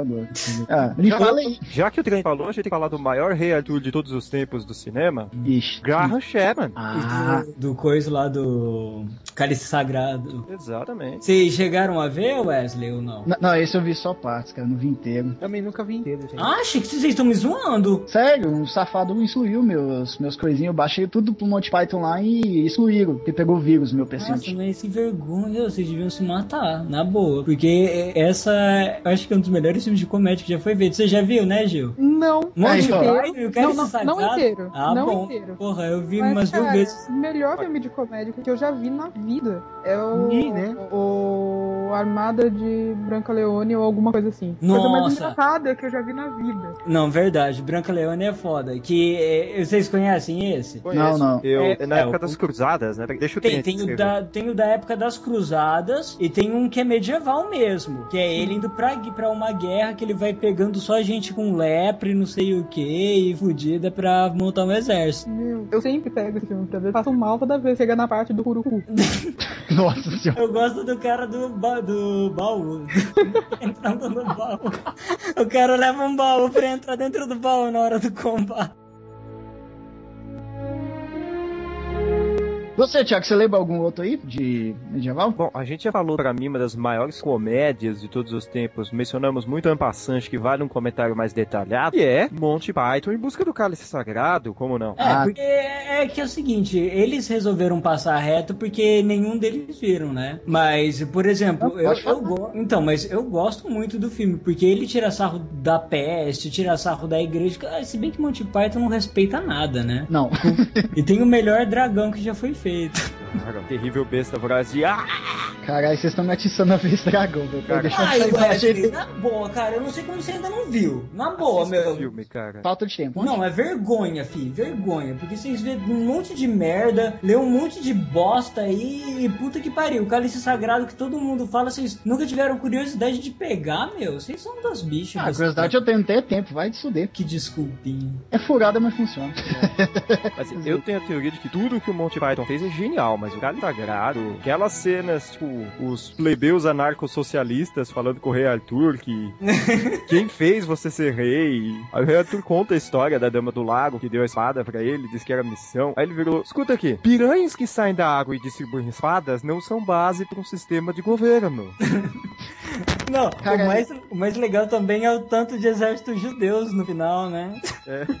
G: <laughs>
F: agora. Ah, me fala aí.
G: Já que o trem falou, a gente tem que falar do maior rei Arthur de todos os tempos do cinema,
F: Ixi.
G: Graham Chapman.
F: Ah,
E: E Do, do coisa lá do Cálice Sagrado.
G: Exatamente.
E: Vocês chegaram a ver, Wesley, ou não?
F: n- não, esse eu vi só partes, cara. Não vi inteiro.
D: Também nunca vi inteiro, gente.
E: Ah, achei que vocês estão me zoando.
F: Sério, um safado excluiu meus, meus coisinhos. Eu baixei tudo pro Monty Python lá e excluíram. Porque pegou o vírus, meu
A: É
F: PC.
A: assim.
E: Nossa, mas que vergonha, vocês deviam se matar, na boa. Porque essa, eu acho que é um dos melhores filmes de comédia que já foi feito. Você já viu, né, Gil?
A: Não.
E: Monty
F: então.
E: Python e o
A: Ah, Não,
E: Cálice
A: não,
E: Sagrado.
A: não inteiro.
E: Ah,
A: não
E: bom.
A: inteiro.
E: Porra, eu vi
A: Mas,
E: umas duas
A: cara,
E: vezes.
A: O melhor filme de comédia que eu já vi na vida é o,
D: Ih, né?
A: o Armada de Branca Leone ou alguma coisa assim. Coisa mais
E: Nossa.
A: engraçada que eu já vi na vida.
E: Não, verdade, Branca Leone é foda. Que eh, vocês conhecem esse?
F: Não, não.
G: Eu,
E: É,
G: na
E: é,
G: época
E: o-
G: das cruzadas, né? Deixa eu
E: Tem, tem, o da, tem o da época das cruzadas e tem um que é medieval mesmo. Que é ele indo pra, gui- pra uma guerra que ele vai pegando só gente com lepre, não sei o que, e fudida pra montar um exército.
A: Meu, eu sempre pego esse filme pra ver. Faço mal toda vez. Chega na parte do curucu.
F: <laughs> Nossa senhora.
E: Eu gosto do cara do, ba- do baú. <laughs> Entrando no baú. O cara leva um baú pra entrar dentro do baú na hora do combate.
F: Você, Thiago, você lembra algum outro aí de medieval?
G: Bom, a gente já falou pra mim uma das maiores comédias de todos os tempos. Mencionamos muito en passant, que vale um comentário mais detalhado. E é Monty Python em busca do cálice sagrado, como não?
E: É,
F: Ah.
E: porque é que é o seguinte, eles resolveram passar reto porque nenhum deles viram, né? Mas, por exemplo, eu, eu go- então, mas eu gosto muito do filme, porque ele tira sarro da peste, tira sarro da igreja, Ah, se bem que Monty Python não respeita nada, né?
F: Não. <laughs>
E: E tem o melhor dragão que já foi feito.
G: Cara, terrível besta voraz de. Ah!
F: Caralho, vocês estão me atiçando a vez dragão, velho. Pô,
G: Caralho.
F: Deixa eu
E: Ai, <laughs>
F: sair da
E: Wesley,
F: agenda.
E: na boa, cara, eu não sei como você ainda não viu. Na boa,
G: Assista
E: meu.
G: Filme, cara.
F: Falta de tempo.
E: Não, é vergonha, filho, vergonha. Porque vocês vê um monte de merda, lê um monte de bosta aí e puta que pariu. O cálice sagrado que todo mundo fala, vocês nunca tiveram curiosidade de pegar, meu. Vocês são das bichas.
F: Ah, curiosidade eu tenho até tempo, vai de fuder.
E: Que desculpinho.
F: É furada, mas funciona. <laughs>
G: Mas assim, eu tenho a teoria de que tudo que o Monty Python fez é genial, mas o Galho Sagrado, aquelas cenas, tipo, os plebeus anarcossocialistas falando com o Rei Arthur que quem fez você ser rei? Aí o Rei Arthur conta a história da Dama do Lago que deu a espada pra ele, disse que era missão. Aí ele virou: escuta aqui, piranhas que saem da água e distribuem espadas não são base pra um sistema de governo. <laughs>
E: Não,
F: Cara,
E: o, mais, o mais legal também é o tanto de exércitos judeus no final, né?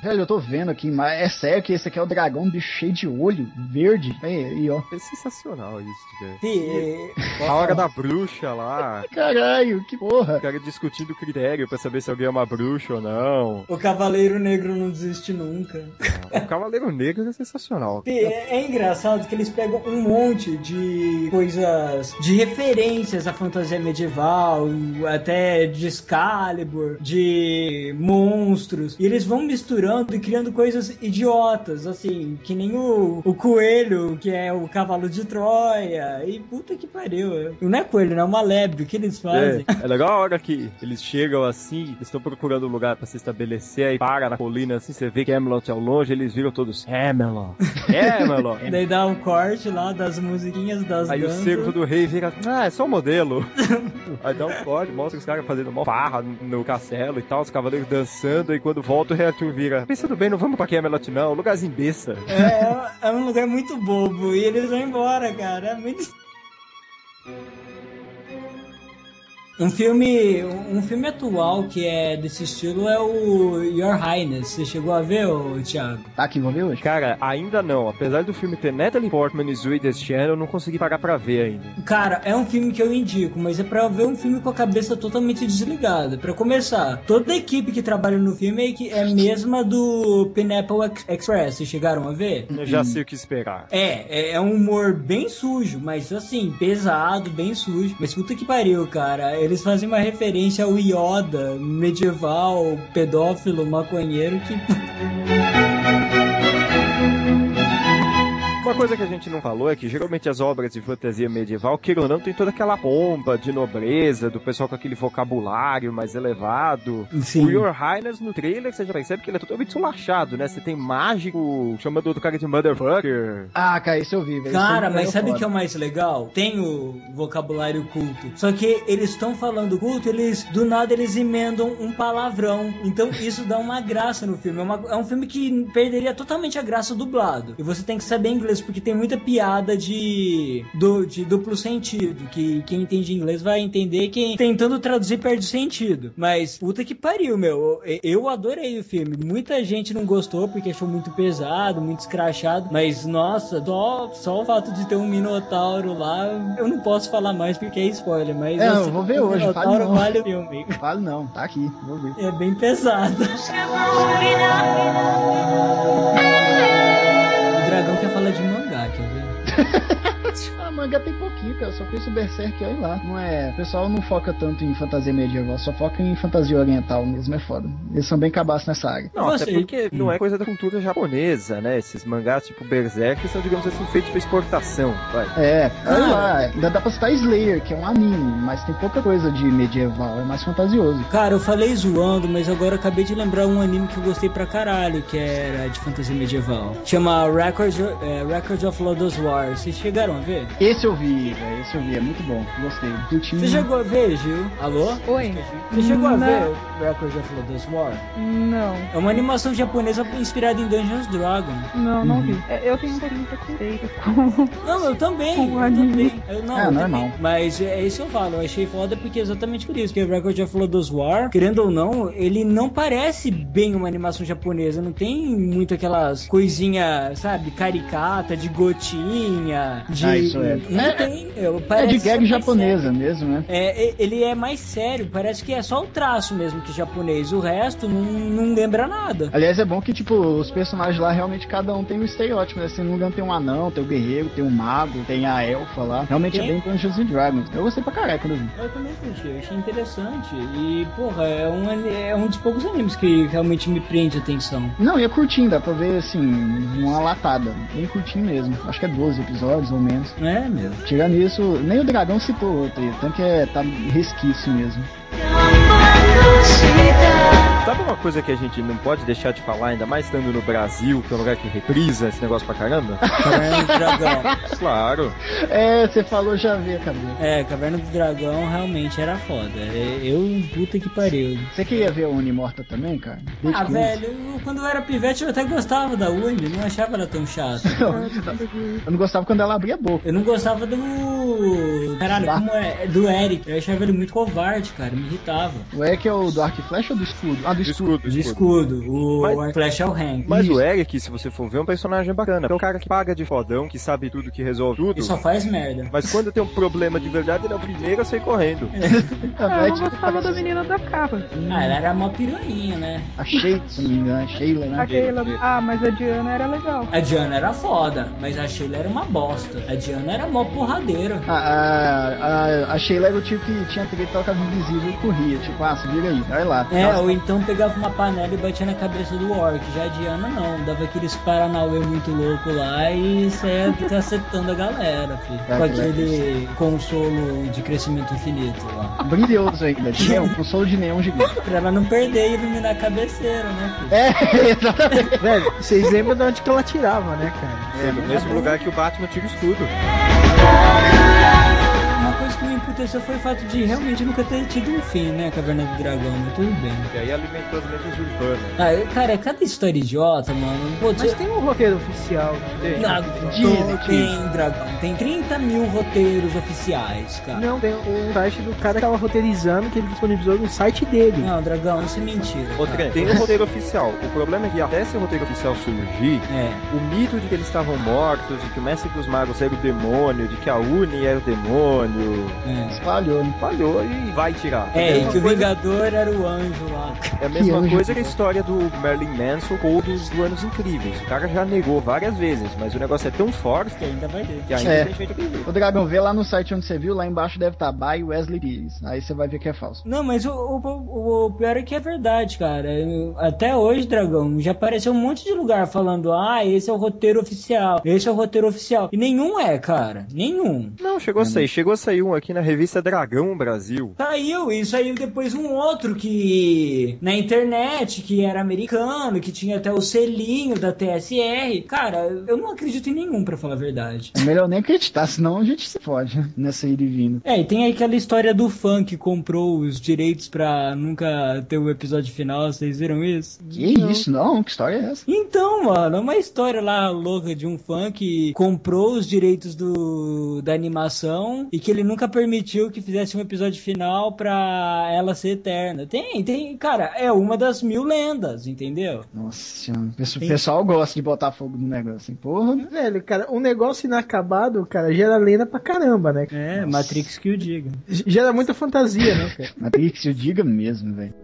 F: Velho, eu tô vendo aqui, mas é sério que esse aqui é o dragão, um bicho cheio de olho, verde. Aí, aí, ó.
G: É sensacional isso, velho.
E: <laughs> Fi,
G: A hora da bruxa lá.
F: Caralho, que porra.
G: O cara discutindo critério pra saber se alguém é uma bruxa ou não.
E: o Cavaleiro Negro não desiste nunca.
G: O Cavaleiro Negro é sensacional.
E: Pi, É, é engraçado que eles pegam um monte de coisas, de referências à fantasia medieval, até de Excalibur, de monstros, e eles vão misturando e criando coisas idiotas, assim, que nem o, o coelho, que é o cavalo de Troia, e puta que pariu. Não é coelho, não é uma lebre, o que eles fazem?
G: É, é legal a hora que eles chegam assim, eles estão procurando um lugar pra se estabelecer, aí para na colina assim, você vê que Camelot ao longe, eles viram todos Camelot,
E: <laughs>
G: Camelot.
E: Daí dá um corte lá das musiquinhas das
G: É. Aí o
E: danças.
G: cerco do rei vira, ah, é só um modelo. <laughs> Aí dá um corte, mostra os caras fazendo uma farra no castelo e tal, os cavaleiros dançando, e quando volta o rei Arthur vira, pensando bem, não vamos pra Camelot não, lugarzinho besta.
E: É, é um lugar muito bobo, e eles vão embora, cara. É muito Um filme, um filme atual que é desse estilo é o Your Highness. Você chegou a ver, ô, Thiago?
F: Tá aqui, vamos ver hoje?
G: Cara, ainda não, apesar do filme ter Natalie Portman e Zoe Deschanel, eu não consegui pagar pra ver ainda.
E: Cara, é um filme que eu indico, mas é pra ver um filme com a cabeça totalmente desligada. Pra começar, toda a equipe que trabalha no filme é que- é a mesma do Pineapple Ex- Express. Vocês chegaram a ver?
G: Eu já sei o que esperar.
E: É, é, é um humor bem sujo, mas assim, pesado, bem sujo. Mas puta que pariu, cara. Eles fazem uma referência ao Yoda, medieval, pedófilo, maconheiro, que.
G: Uma coisa que a gente não falou é que geralmente as obras de fantasia medieval, queira ou não, tem toda aquela pompa de nobreza, do pessoal com aquele vocabulário mais elevado. O Your Highness no trailer, você já percebe que ele é totalmente solachado, né? Você tem mágico chamando outro cara de motherfucker.
F: Ah, cara, isso eu vi, velho.
E: Cara, mas sabe o que é o mais legal? Tem o vocabulário culto. Só que eles estão falando culto, eles do nada eles emendam um palavrão. Então isso dá uma graça no filme. É, uma- é um filme que perderia totalmente a graça dublado. E você tem que saber inglês, porque tem muita piada de, du- de duplo sentido. Que quem entende inglês vai entender, quem tentando traduzir perde o sentido. Mas puta que pariu, meu. Eu- Eu adorei o filme. Muita gente não gostou porque achou muito pesado, muito escrachado. Mas nossa, só, só o fato de ter um Minotauro lá, eu não posso falar mais porque é spoiler. Mas
F: É, eu
E: assim,
F: vou ver
E: o
F: hoje, fale
E: Minotauro
F: não.
E: vale o filme.
F: Falo não, tá aqui, vou ver.
E: É bem pesado. O dragão quer falar de mangá, quer ver?
F: Ah, manga tem pouquinho, cara. Só conheço o Berserk, olha lá. Não é. O pessoal não foca tanto em fantasia medieval, só foca em fantasia oriental mesmo, é foda. Eles são bem cabaços nessa área.
G: Não,
E: Você-
G: até porque não é coisa da cultura japonesa, né? Esses mangás tipo Berserk são, digamos assim, feitos pra exportação. Vai.
F: É, olha
E: Ah.
F: lá, ainda dá pra citar Slayer, que é um anime, mas tem pouca coisa de medieval, é mais fantasioso.
E: Cara, eu falei zoando, mas agora eu acabei de lembrar um anime que eu gostei pra caralho, que era de fantasia medieval. Chama Records, é, Records of Lodos War. Vocês chegaram a ver?
F: Esse eu vi, velho, esse eu vi, é muito bom, gostei. Do time.
E: Você chegou a ver, Gil? Alô?
A: Oi?
E: Você chegou a
A: Não.
E: ver Records of Lodos War?
A: Não.
E: É uma animação japonesa inspirada em Dungeons Dragon.
A: Não, não vi. É, Eu tenho um pouquinho de preconceito com...
E: Não, eu também.
A: Com
E: eu
A: anime.
E: também. Eu, não,
F: Ah,
E: eu
F: normal.
E: também. Mas é isso eu falo. Eu achei foda porque é exatamente por isso. Porque o Record of Lodos War, querendo ou não, ele não parece bem uma animação japonesa. Não tem muito aquelas coisinhas, sabe, caricata, de gotinha. De...
F: Ah, isso é.
E: Não tem. eu-
F: É
E: parece
F: de gag
E: mais
F: japonesa mesmo, né?
E: sério. É, e- ele é mais sério, parece que é só o traço mesmo. que japonês. O resto não, não lembra nada.
F: Aliás, é bom que, tipo, os personagens lá realmente cada um tem um estereótipo, né? Se não me engano, tem um anão, tem o guerreiro, tem um mago, tem a elfa lá. Realmente é
E: Quem?
F: bem Dungeons and Dragons. Eu gostei pra caralho quando eu vi.
E: Eu também curti, eu achei interessante. E, porra, é um, ani- é um dos poucos animes que realmente me prende a atenção.
F: Não, e é curtinho, dá pra ver, assim, uma latada. Bem curtinho mesmo. Acho que é 12 episódios ou menos.
E: É, meu.
F: Tirando isso, nem o dragão citou outro. aí, Tanto que é, tá resquício mesmo. <laughs>
G: Sabe uma coisa que a gente não pode deixar de falar, ainda mais estando no Brasil, que é um lugar que reprisa esse negócio pra caramba?
E: Caverna do
G: <laughs>
E: Dragão.
G: claro.
F: É, você falou já vê, cabelo.
E: É, Caverna do Dragão realmente era foda. É, Eu, puta que pariu.
F: Você queria ver a Unimorta também, cara? Desde
E: Ah,
F: que-
E: velho, eu- quando eu era pivete eu até gostava da Uni, não achava ela tão chata.
F: Eu não gostava quando ela abria a boca.
E: Eu não gostava do. Caralho,
G: Ah.
E: como é? Do Eric. Eu achava ele muito covarde, cara. Me irritava.
F: O Eric é o do arco e flecha ou do escudo? Ah, do escudo.
G: Escudo,
E: De escudo, o
G: Mas-
E: Flash é o Hank.
G: Mas o Eric, se você for ver, é um personagem bacana. É um cara que paga de fodão, que sabe tudo, que resolve tudo.
E: Ele só faz merda.
G: Mas quando tem um problema de verdade, ele é o primeiro a sair correndo.
A: Ah,
F: É,
A: eu
F: tipo,
A: não gostava da menina da capa.
G: Hum.
E: Ah, ela era mó piranha, né?
F: A Sheila, se não me engano, a Sheila, né?
A: A Sheila. Ah, mas a Diana era legal.
E: A Diana era foda, mas a Sheila era uma bosta. A Diana era mó porradeira.
F: A, a, a, a Sheila era o tipo que tinha TV que tocava invisível e corria. Tipo, ah, se vira aí, vai lá.
E: É,
F: Nossa,
E: ou então pegava uma panela e batia na cabeça do orc. Já a Diana não, dava aqueles paranauê muito louco lá e é saia cacetando tá a galera, filho.
F: É,
E: Com
F: que
E: aquele consolo de crescimento infinito lá.
F: Brilhoso ainda. Tinha um consolo de neon gigante.
E: Pra ela não perder e iluminar a cabeceira, né, filho?
F: É, exatamente.
D: Velho, vocês lembram de onde que ela tirava, né, cara?
G: É, no mesmo lugar que o Batman tira o escudo.
E: Uma coisa que me emputeceu foi o fato de realmente nunca ter tido um fim, né, Caverna do Dragão, mas tudo bem.
G: E aí alimentou as lendas urbanas.
E: Ah, eu- cara, é cada história idiota, mano. Pô,
D: Mas
E: tu-
D: tem um roteiro oficial. não tem?
E: Não,
F: Dizem,
E: tem dragão. Tem 30 mil roteiros oficiais, cara.
D: Não, tem um site do cara que tava roteirizando que ele disponibilizou no site dele.
E: Não, dragão, isso é mentira. cara.
G: Outra, tem um roteiro oficial. O problema é que até esse roteiro oficial surgir,
E: É.
G: o mito de que eles estavam mortos, de que o mestre dos magos era o demônio, de que a Uni era o demônio,
E: É.
F: Espalhou, né?
G: falhou e vai tirar.
E: É, e que o
G: coisa-
E: Vingador era o anjo lá.
G: É a mesma
F: Que anjo.
G: coisa que a história do Merlin Manson ou dos Anos Incríveis. O cara já negou várias vezes, mas o negócio é tão forte
E: Que ainda vai ter.
G: que ainda
F: É.
G: tem gente que
F: O Dragão, vê lá no site onde você viu, lá embaixo deve estar tá By Wesley Pires. Aí você vai ver que é falso.
E: Não, mas o, o- o pior é que é verdade, cara. Eu- Até hoje, Dragão, já apareceu um monte de lugar falando: ah, esse é o roteiro oficial, esse é o roteiro oficial. E nenhum é, cara. Nenhum.
G: Não, chegou a sair. Chegou a sair um aqui na revista Dragão Brasil.
E: Saiu, e saiu depois um outro que na internet, que era americano, que tinha até o selinho da TSR. Cara, eu não acredito em nenhum, pra falar a verdade.
F: É melhor nem acreditar, senão a gente se fode né? nessa ida e vinda.
E: É, e tem aí aquela história do fã que comprou os direitos pra nunca ter o episódio final, vocês viram isso?
F: Que isso? Não, que história é essa?
E: Então, mano, é uma história lá louca de um fã que comprou os direitos do, da animação e que ele nunca permitiu que fizesse um episódio final pra ela ser eterna. Tem, tem, cara, é uma das mil lendas, entendeu?
F: Nossa senhora. O pessoal- O pessoal gosta de botar fogo no negócio, hein? Porra.
D: Velho, cara, um negócio inacabado, cara, gera lenda pra caramba, né?
E: É, Matrix que o diga.
D: G- Gera muita fantasia, né, cara?
F: Matrix, eu diga mesmo, velho.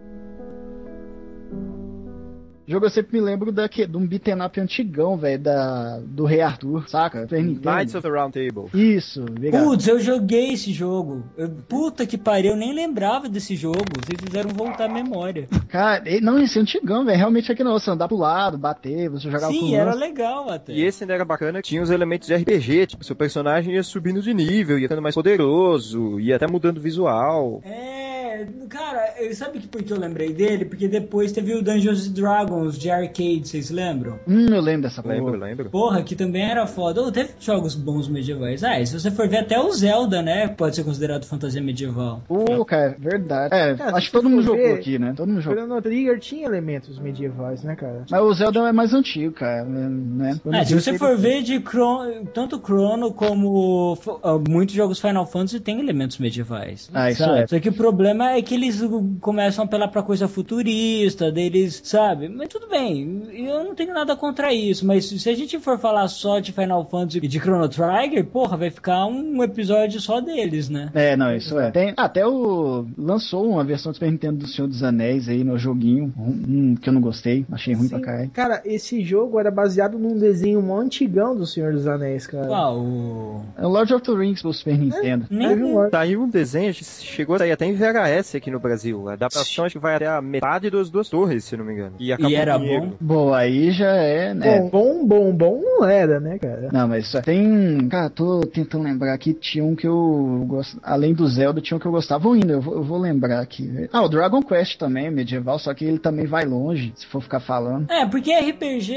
F: Jogo eu sempre me lembro da, que- de um beaten up antigão, velho, da- do Rei Arthur, saca? Super Nintendo.
G: Knights of the Round Table.
F: Isso, obrigado.
E: Putz, eu joguei esse jogo. Eu- puta que pariu, eu nem lembrava desse jogo. Vocês fizeram voltar a memória.
F: Cara, ele- não, esse é antigão, velho. Realmente é que não, você andar pro lado, bater, você jogava com
E: Sim,
F: o
E: era
F: lance.
E: legal até.
G: E esse ainda era bacana, tinha os elementos de RPG, tipo, seu personagem ia subindo de nível, ia ficando mais poderoso, ia até mudando o visual.
E: É, cara, eu- sabe que por que eu lembrei dele? Porque depois teve o Dungeons and Dragons de arcade, vocês lembram?
F: Hum, eu lembro dessa porra.
G: Lembro, lembro.
E: Porra, que também era foda. Ou teve jogos bons medievais. Ah, e se você for ver até o Zelda, né? Pode ser considerado fantasia medieval.
F: Pô, cara, verdade. É,
D: Cara,
F: acho
D: se
F: que todo
D: você
F: mundo
D: for
F: jogou
D: ver-
F: aqui, né? Todo mundo jogou.
D: Chrono Trigger tinha elementos medievais, né, cara?
F: Mas o Zelda é mais antigo, cara, né?
E: Ah, se você for ver de Chrono, tanto Chrono como f- ah, muitos jogos Final Fantasy tem elementos medievais.
F: Ah, isso
E: sabe?
F: é.
E: Só que o problema é que eles começam a apelar pra coisa futurista, deles, sabe? Mas tudo bem, eu não tenho nada contra isso, mas se a gente for falar só de Final Fantasy e de Chrono Trigger, porra, vai ficar um episódio só deles, né?
F: É, não, isso é. Tem, até o. Lançou uma versão do Super Nintendo do Senhor dos Anéis aí no joguinho, um, um que eu não gostei, achei ruim
H: Sim.
F: pra caralho.
H: Cara, esse jogo era baseado num desenho mó antigão do Senhor dos Anéis, cara.
E: Qual? O-
F: É o Lord of the Rings pro Super Nintendo.
H: Aí
E: Nem...
H: viu lá.
G: Saiu um desenho, acho que chegou a sair até em VHS aqui no Brasil. A adaptação acho que vai até a metade das duas torres, se não me engano. E, acabou
E: era
G: o dinheiro.
E: bom?
F: Boa, aí já é, né?
H: Bom, bom, bom, bom não era, né, cara?
F: Não, mas só- tem. um, Cara, tô tentando lembrar aqui. Tinha um que eu gosto. Além do Zelda, tinha um que eu gostava Vou indo. Eu vou, eu vou lembrar aqui. Ah, o Dragon Quest também, é medieval, só que ele também vai longe, se for ficar falando.
E: É, porque RPG,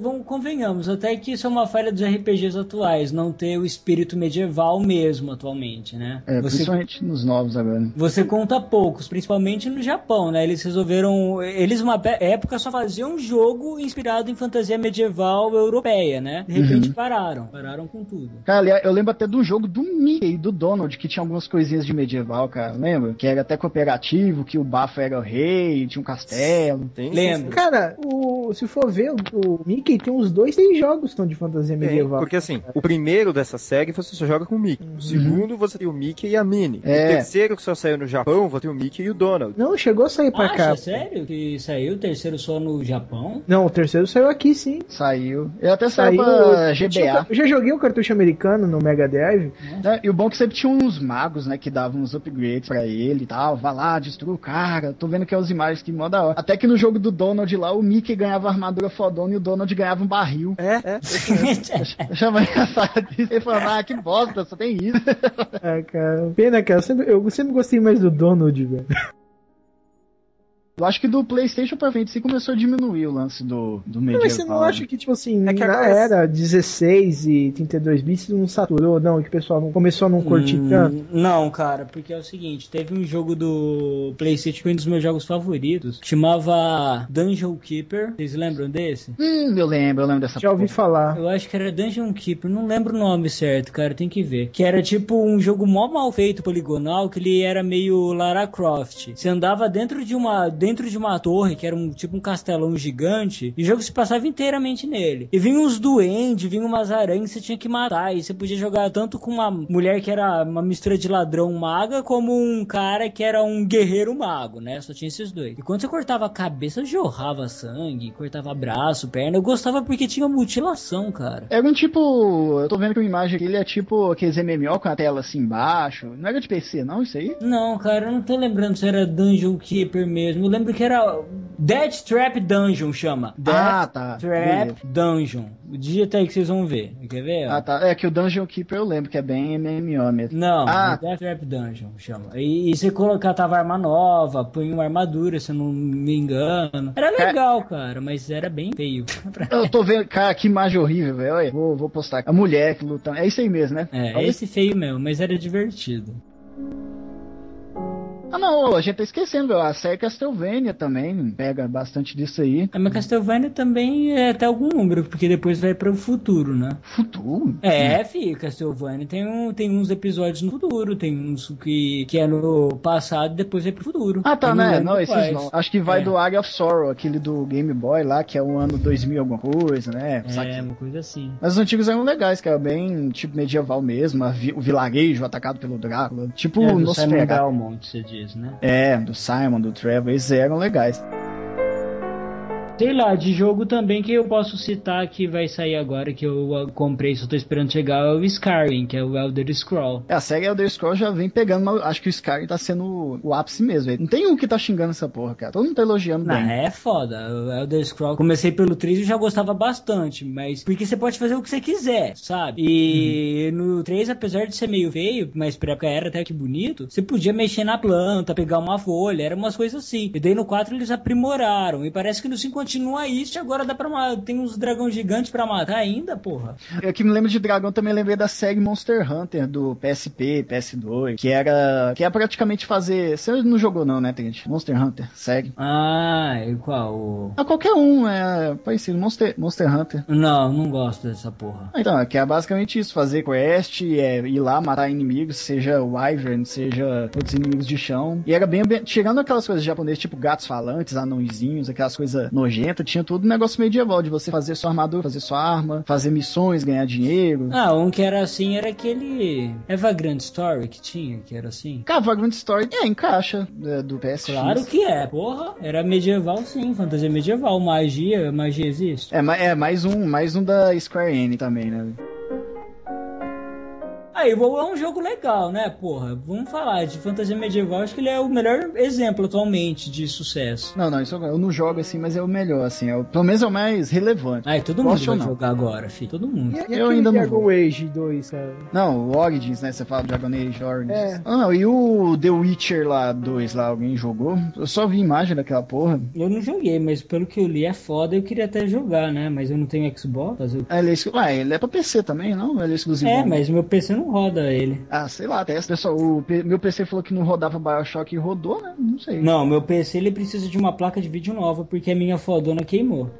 E: vamos, convenhamos, até que isso é uma falha dos RPGs atuais, não ter o espírito medieval mesmo atualmente, né?
F: É,
E: Você
F: principalmente nos novos agora. né?
E: Você conta poucos, principalmente no Japão, né? Eles resolveram. Eles, uma pe- época, só faziam um jogo inspirado em fantasia medieval europeia, né? De repente pararam. Pararam com tudo.
F: Cara, aliás, eu lembro até de um jogo do Mickey, do Donald, que tinha algumas coisinhas de medieval, cara, lembra? Que era até cooperativo, que o Bafo era o rei, tinha um castelo.
G: Tem
E: Lembro.
H: Cara, o, se for ver, o Mickey tem uns dois, três jogos que são de fantasia
G: Tem,
H: medieval.
G: porque assim, o primeiro dessa série você só joga com o Mickey. O segundo você tem o Mickey e a Minnie.
F: Uhum. É.
G: O terceiro que só saiu no Japão, você tem o Mickey e o Donald.
H: Não, chegou a sair pra
G: Ah,
E: Acha,
H: cá.
E: sério? Que saiu o terceiro só no Japão?
H: Não, o terceiro saiu aqui, sim.
F: Saiu. Ele até saiu,
H: Saiu
F: pra
H: eu tinha-
F: GBA.
H: Eu já joguei o cartucho americano no Mega Drive.
F: né? E o bom é que sempre tinha uns magos, né, que davam uns upgrades pra ele e tal. Vá lá, destrua o cara. Tô vendo que é as imagens que mó da hora. Até que no jogo do Donald lá, o Mickey ganhava armadura fodona e o Donald ganhava um barril.
G: É, é.
E: <laughs>
F: Eu chamo <laughs> engraçado isso. Ele falava, ah, que bosta, só tem isso.
H: Ah, cara. Pena, cara. Eu sempre, eu sempre gostei mais do Donald, velho.
F: Eu acho que do Playstation pra frente, assim, começou a diminuir o lance do, do medieval.
H: Mas você não
F: né?
H: acha que, tipo assim,
G: É que
H: na
G: agora-
H: era 16 e 32 bits não saturou, não? E que o pessoal não começou a não curtir
E: Hum,
H: tanto?
E: Não, cara, porque é o seguinte, teve um jogo do Playstation que é um dos meus jogos favoritos, que chamava Dungeon Keeper. Vocês lembram desse?
F: Hum, eu lembro, eu lembro dessa
H: Já ouvi
F: porra.
H: falar.
E: Eu acho que era Dungeon Keeper, não lembro o nome certo, cara, tem que ver. Que era tipo um jogo mó mal feito, poligonal, que ele era meio Lara Croft. Você andava dentro de uma, dentro de uma torre, que era um tipo um castelão gigante, e o jogo se passava inteiramente nele. E vinha uns duendes, vinha umas aranhas que você tinha que matar, e você podia jogar tanto com uma mulher que era uma mistura de ladrão maga, como um cara que era um guerreiro mago, né? Só tinha esses dois. E quando você cortava a cabeça, jorrava sangue, cortava braço, perna. Eu gostava porque tinha mutilação, cara.
F: Era um tipo. Eu tô vendo que uma imagem aqui, ele é tipo aqueles MMO com a tela assim embaixo. Não era de PC, não, isso aí?
E: Não, cara, eu não tô lembrando se era Dungeon Keeper mesmo. Eu lembro que era Dead Trap Dungeon, chama. Dead
F: Ah, tá. Beleza.
E: Trap Dungeon. Digita aí que vocês vão ver. Quer ver? ó?
F: Ah, tá. É que o Dungeon Keeper eu lembro que é bem
E: <laughs>
F: MMO mesmo.
E: Não,
F: Ah.
E: é Death Trap Dungeon chama. E, e você colocava arma nova, punha uma armadura, se eu não me engano. Era
F: É.
E: legal, cara, mas era bem feio. Pra-
F: Eu tô vendo, cara, que imagem horrível, velho. Olha, Vou, vou postar. aqui. A mulher que lutando. É isso aí mesmo, né?
E: É,
F: Olha
E: esse feio mesmo, mas era divertido.
F: Ah, não, a gente tá esquecendo, velho. A série Castlevania também pega bastante disso aí.
E: É, Mas Castlevania também é até algum número, porque depois vai pro futuro, né?
F: Futuro?
E: É, fi, Castlevania tem, um, tem uns episódios no futuro, tem uns que, que é no passado e depois vai pro futuro.
F: Ah, tá,
E: Eu
F: né?
E: lembro
F: Não, esses
E: quais.
F: não. Acho que vai
E: É.
F: do Area of Sorrow, aquele do Game Boy lá, que é o ano 2000 alguma coisa, né? Sabe?
E: É, uma coisa assim.
F: Mas os antigos eram legais, que era bem tipo medieval mesmo, a vi- o vilarejo atacado pelo Drácula. Tipo
E: é,
F: o
E: do Simon
F: Nosferatu.
E: Belmont, você diz, né?
F: É, do Simon, do Trevor, eles eram legais.
E: Sei lá, de jogo também que eu posso citar que vai sair agora, que eu ah, comprei, só tô esperando chegar, é o Skyrim, que é o Elder Scroll.
F: É, A série Elder Scrolls já vem pegando, mas acho que o Skyrim tá sendo o- o ápice mesmo. velho. Não tem um que tá xingando essa porra, cara. Todo mundo tá elogiando
E: Ah,
F: bem.
E: é foda. O Elder Scroll. Comecei pelo 3 e já gostava bastante, mas. Porque você pode fazer o que você quiser, sabe? E no 3, apesar de ser meio feio, mas pra época era até que bonito, você podia mexer na planta, pegar uma folha, eram umas coisas assim. E daí no 4 eles aprimoraram. E parece que no 5 continua isso e agora dá pra ma- tem uns dragão gigante pra matar ainda, porra.
F: Eu que me lembro de Dragão, também lembrei da série Monster Hunter do PSP, PS2, que era. que é praticamente fazer. Você não jogou, não, né, Trent? Monster Hunter, série.
E: Ah, e qual? O-
F: Ah, qualquer um, é parecido, Monster, Monster Hunter.
E: Não, não gosto dessa porra.
F: Ah, Então, que é basicamente isso, fazer quest, é, ir lá matar inimigos, seja Wyvern, seja outros inimigos de chão. E era bem, ambi- tirando aquelas coisas japonesas, tipo gatos falantes, anõezinhos, aquelas coisas nojentas, tinha tudo um negócio medieval de você fazer sua armadura, fazer sua arma, fazer missões, ganhar dinheiro.
E: Ah, um que era assim era aquele Eva Grand Story que tinha, que era assim.
F: Cara, Vagrant Story é, encaixa é, do PSX.
E: Claro que é, porra. Era medieval sim, fantasia medieval, magia, magia existe.
F: É, ma- é, mais um, mais um da Square N também, né?
E: Aí, WoW é um jogo legal, né, porra? Vamos falar de fantasia medieval, acho que ele é o melhor exemplo atualmente de sucesso.
F: Não, não, isso eu eu não jogo assim, mas é o melhor, assim, é o, pelo menos é o mais relevante.
E: Aí, todo mundo
F: Gosto ou
E: vai
F: não?
E: jogar agora, filho, todo mundo.
D: E, e
F: Eu
D: aquele
F: ainda não
D: Dragon
F: vou.
D: Age 2, cara?
F: Não, o Origins, né? Você fala do Dragon Age Origins.
D: É.
F: Ah, não, e o The Witcher lá 2 lá, alguém jogou? Eu só vi imagem daquela porra.
E: Eu não joguei, mas pelo que eu li é foda, eu queria até jogar, né? Mas eu não tenho Xbox, fazer o...
F: Ah, ele é, exclu- ah, ele é pra PC também, não? Ele é exclusivo.
E: É, mas meu PC não roda ele.
F: Ah, sei lá, até esse pessoal, o P- meu PC falou que não rodava Bioshock e rodou, né? Não sei.
E: Não, meu PC ele precisa de uma placa de vídeo nova, porque a minha fodona queimou.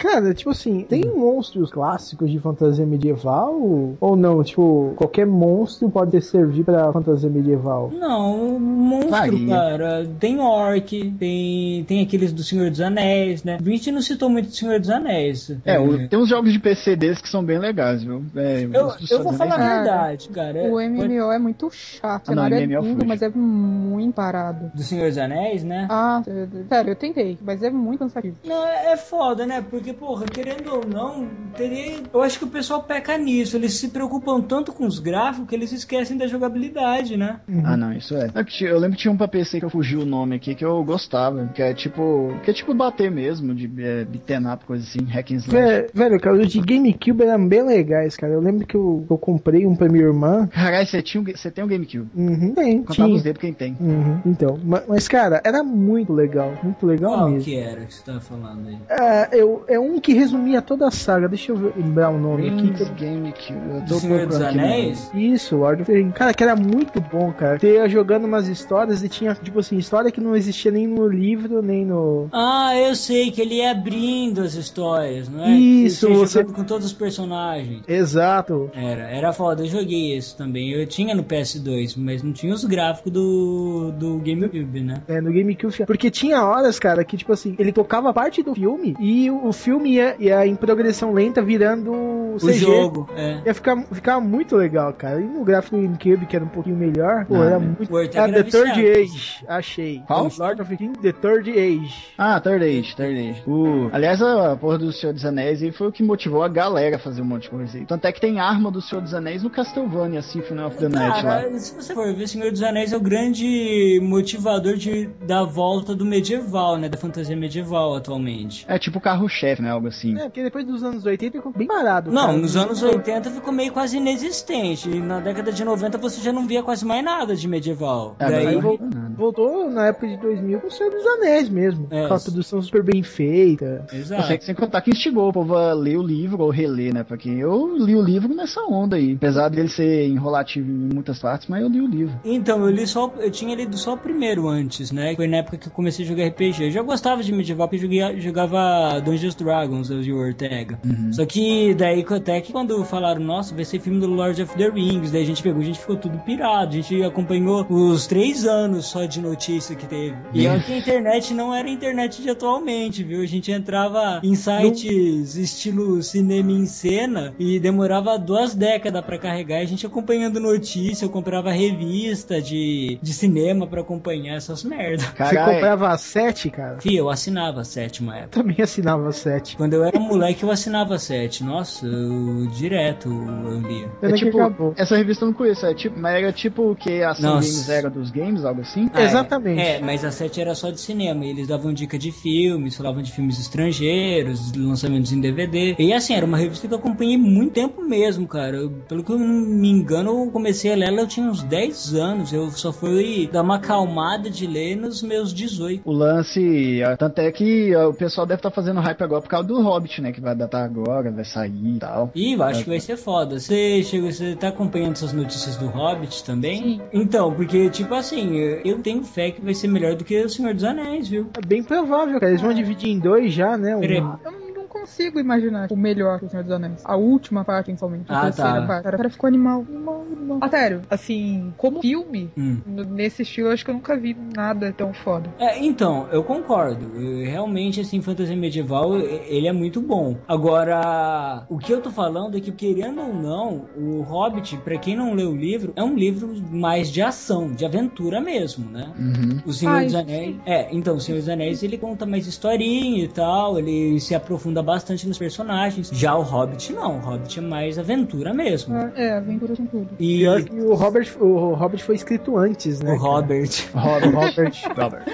D: Cara, tipo assim, tem
F: Hum.
D: monstros clássicos de fantasia medieval ou não? Tipo, qualquer monstro pode servir pra fantasia medieval.
E: Não, um monstro,
F: Varia.
E: cara. Tem orc, tem, tem aqueles do Senhor dos Anéis, né? A gente não citou muito do Senhor dos Anéis.
F: É, o- tem uns jogos de PC desses que são bem legais, viu? É,
E: Eu,
F: os do
E: eu vou
F: Sandro
E: falar a
F: Neymar.
E: verdade, cara.
A: O
E: É,
A: MMO é muito chato. O
F: Ah, não,
A: cenário é
F: MMO
A: lindo,
F: fude.
A: mas é muito parado.
E: Do Senhor dos Anéis, né?
A: Ah, é- sério, eu tentei, mas é muito cansativo.
E: Não, é é foda, né? Porque, porra, querendo ou não, teria... eu acho que o pessoal peca nisso. Eles se preocupam tanto com os gráficos que eles esquecem da jogabilidade, né?
F: Ah, não, isso é. É que ti- Eu lembro que tinha um pra PC que eu fugi o nome aqui que eu gostava, que é tipo, que é tipo bater mesmo, de é, beaten up, coisa assim, hack and slash.
E: É.
D: Vé- Velho, cara, os de GameCube eram bem legais, cara. Eu lembro que eu, eu comprei um pra minha irmã.
F: Caralho, você tinha um ga- você tem um GameCube.
D: Uhum, tem,
F: Contava os
D: tinha.
F: dedos quem tem.
D: Uhum, então, ma- mas, cara, era muito legal, muito legal
E: Qual
D: mesmo.
E: que era que você tava falando aí?
D: É, eu, é um que resumia toda a saga, deixa eu ver- lembrar o nome aqui.
F: Games, GameCube. Eu
E: Do
F: tô
E: Senhor dos
F: procurando aqui.
E: Anéis?
F: né?
D: Isso, Lord of the Rings. Cara, que era muito bom, cara. Você ia jogando umas histórias e tinha, tipo assim, história que não existia nem no livro, nem no.
E: Ah, eu sei que ele ia abrindo as histórias, não é?
D: Isso,
E: Que
D: você-
E: jogava com todos os personagens.
D: Exato.
E: Era, era foda, eu joguei esse também. Eu tinha no PS2, mas não tinha os gráficos do, do GameCube, né?
D: É, no GameCube. tinha- Porque tinha horas, cara, que, tipo assim, ele tocava parte do filme e o o filme ia, ia em progressão lenta virando
E: O
D: CG.
E: jogo, é.
D: Ia ficar, ficar muito legal, cara. E no gráfico do GameCube, que era um pouquinho melhor, pô,
E: Ah,
F: Não,
D: era
E: é.
F: né?
D: muito.
E: O Ortega
D: Era Ah, The
E: era
D: Third
E: viciado.
D: Age, achei.
F: Qual?
D: Lord of the Rings, The Third Age.
F: Ah, Third Age, Third Age. O- Aliás, a porra do Senhor dos Anéis aí foi o que motivou a galera a fazer um monte de coisa aí. Tanto é que tem arma do Senhor dos Anéis no Castlevania, Symphony of the Night lá.
E: Cara, se você for ver, Senhor dos Anéis é o grande motivador de, da volta do medieval, né? Da fantasia medieval atualmente.
F: É tipo carro-chefe, né? Algo assim.
D: É, porque depois dos anos 80 ficou bem parado.
E: Não,
D: cara.
E: nos anos 80 ficou meio quase inexistente. E na década de 90 você já não via quase mais nada de medieval.
F: É, mas
E: Daí-
F: aí
D: eu vou-
F: não nada.
D: Voltou na época de 2000 com o Senhor dos Anéis mesmo.
E: É.
D: Com a produção super bem feita.
E: Exato.
F: Eu sei que sem contar que instigou o povo a ler o livro ou reler, né? Porque eu li o livro nessa onda aí. Apesar dele ser enrolativo em muitas partes, mas eu li o livro.
E: Então, eu li só. Eu tinha lido só o primeiro antes, né? Foi na época que eu comecei a jogar RPG. Eu já gostava de medieval porque eu joguei- jogava Dungeons Dragons eu e o Ortega.
F: Uhum.
E: Só que daí que até que quando falaram, nossa, vai ser filme do Lord of the Rings, daí a gente pegou, a gente ficou tudo pirado, a gente acompanhou os três anos só de notícia que teve. E olha que a internet não era a internet de atualmente, viu? A gente entrava em sites estilo cinema em cena e demorava duas décadas pra carregar, e a gente acompanhando notícia, eu comprava revista de, de cinema pra acompanhar essas merda.
D: Você
F: Caralho,
D: comprava a 7, cara?
E: Fih, eu assinava a sétima época.
D: Também assinava a 7.
E: Quando eu era moleque, eu assinava sete. Nossa, eu direto eu lia.
D: Pena
F: é tipo,
D: que acabou.
F: essa revista eu não conheço, é tipo, mas era tipo o que a Sun
E: Nossa.
F: Games era dos games, algo assim?
E: Ah, é.
D: Exatamente.
E: É, mas a 7 era só de cinema. E eles davam dica de filmes, falavam de filmes estrangeiros, lançamentos em DVD. E assim, era uma revista que eu acompanhei muito tempo mesmo, cara. Eu- pelo que eu não me engano, eu comecei a ler ela, eu tinha uns 10 anos. Eu só fui dar uma acalmada de ler nos meus 18.
F: O lance, ah, tanto é que ah, o pessoal deve estar fazendo hype agora por causa do Hobbit, né? Que vai datar agora, vai sair e tal.
E: Ih, eu acho que vai ser foda. Você, chegou, você tá acompanhando essas notícias do Hobbit também?
A: Sim.
E: Então, porque, tipo assim, eu tenho fé que vai ser melhor do que O Senhor dos Anéis, viu?
D: É bem provável, cara. Eles vão dividir em dois já, né? Um-
E: Peraí.
A: Eu não não consigo imaginar o melhor do Senhor dos Anéis. A última parte, principalmente. A
E: Ah,
A: terceira
E: tá.
A: parte. Cara, o cara ficou animal. Animal, animal. Ah, sério. Assim, como filme,
E: Hum.
A: n- nesse estilo, eu acho que eu nunca vi nada tão foda.
E: É, então, eu concordo. Eu, Realmente, assim, fantasia medieval, e- ele é muito bom. Agora, o que eu tô falando é que, querendo ou não, o Hobbit, pra quem não leu o livro, é um livro mais de ação, de aventura mesmo, né?
F: Uhum.
E: O Senhor
A: Ah,
E: dos
A: isso
E: Anéis.
A: sim.
E: É, então, o Senhor dos Anéis ele conta mais historinha e tal, ele se aprofunda bastante nos personagens. Já o Hobbit não, o Hobbit é mais aventura mesmo.
A: Ah, É, aventura com tudo.
E: E
D: Pior que o Robert, o Robert foi escrito antes, né?
E: o
D: cara?
E: Robert.
F: <laughs> Robert. Robert.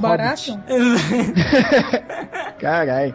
A: Barato?
F: Carai.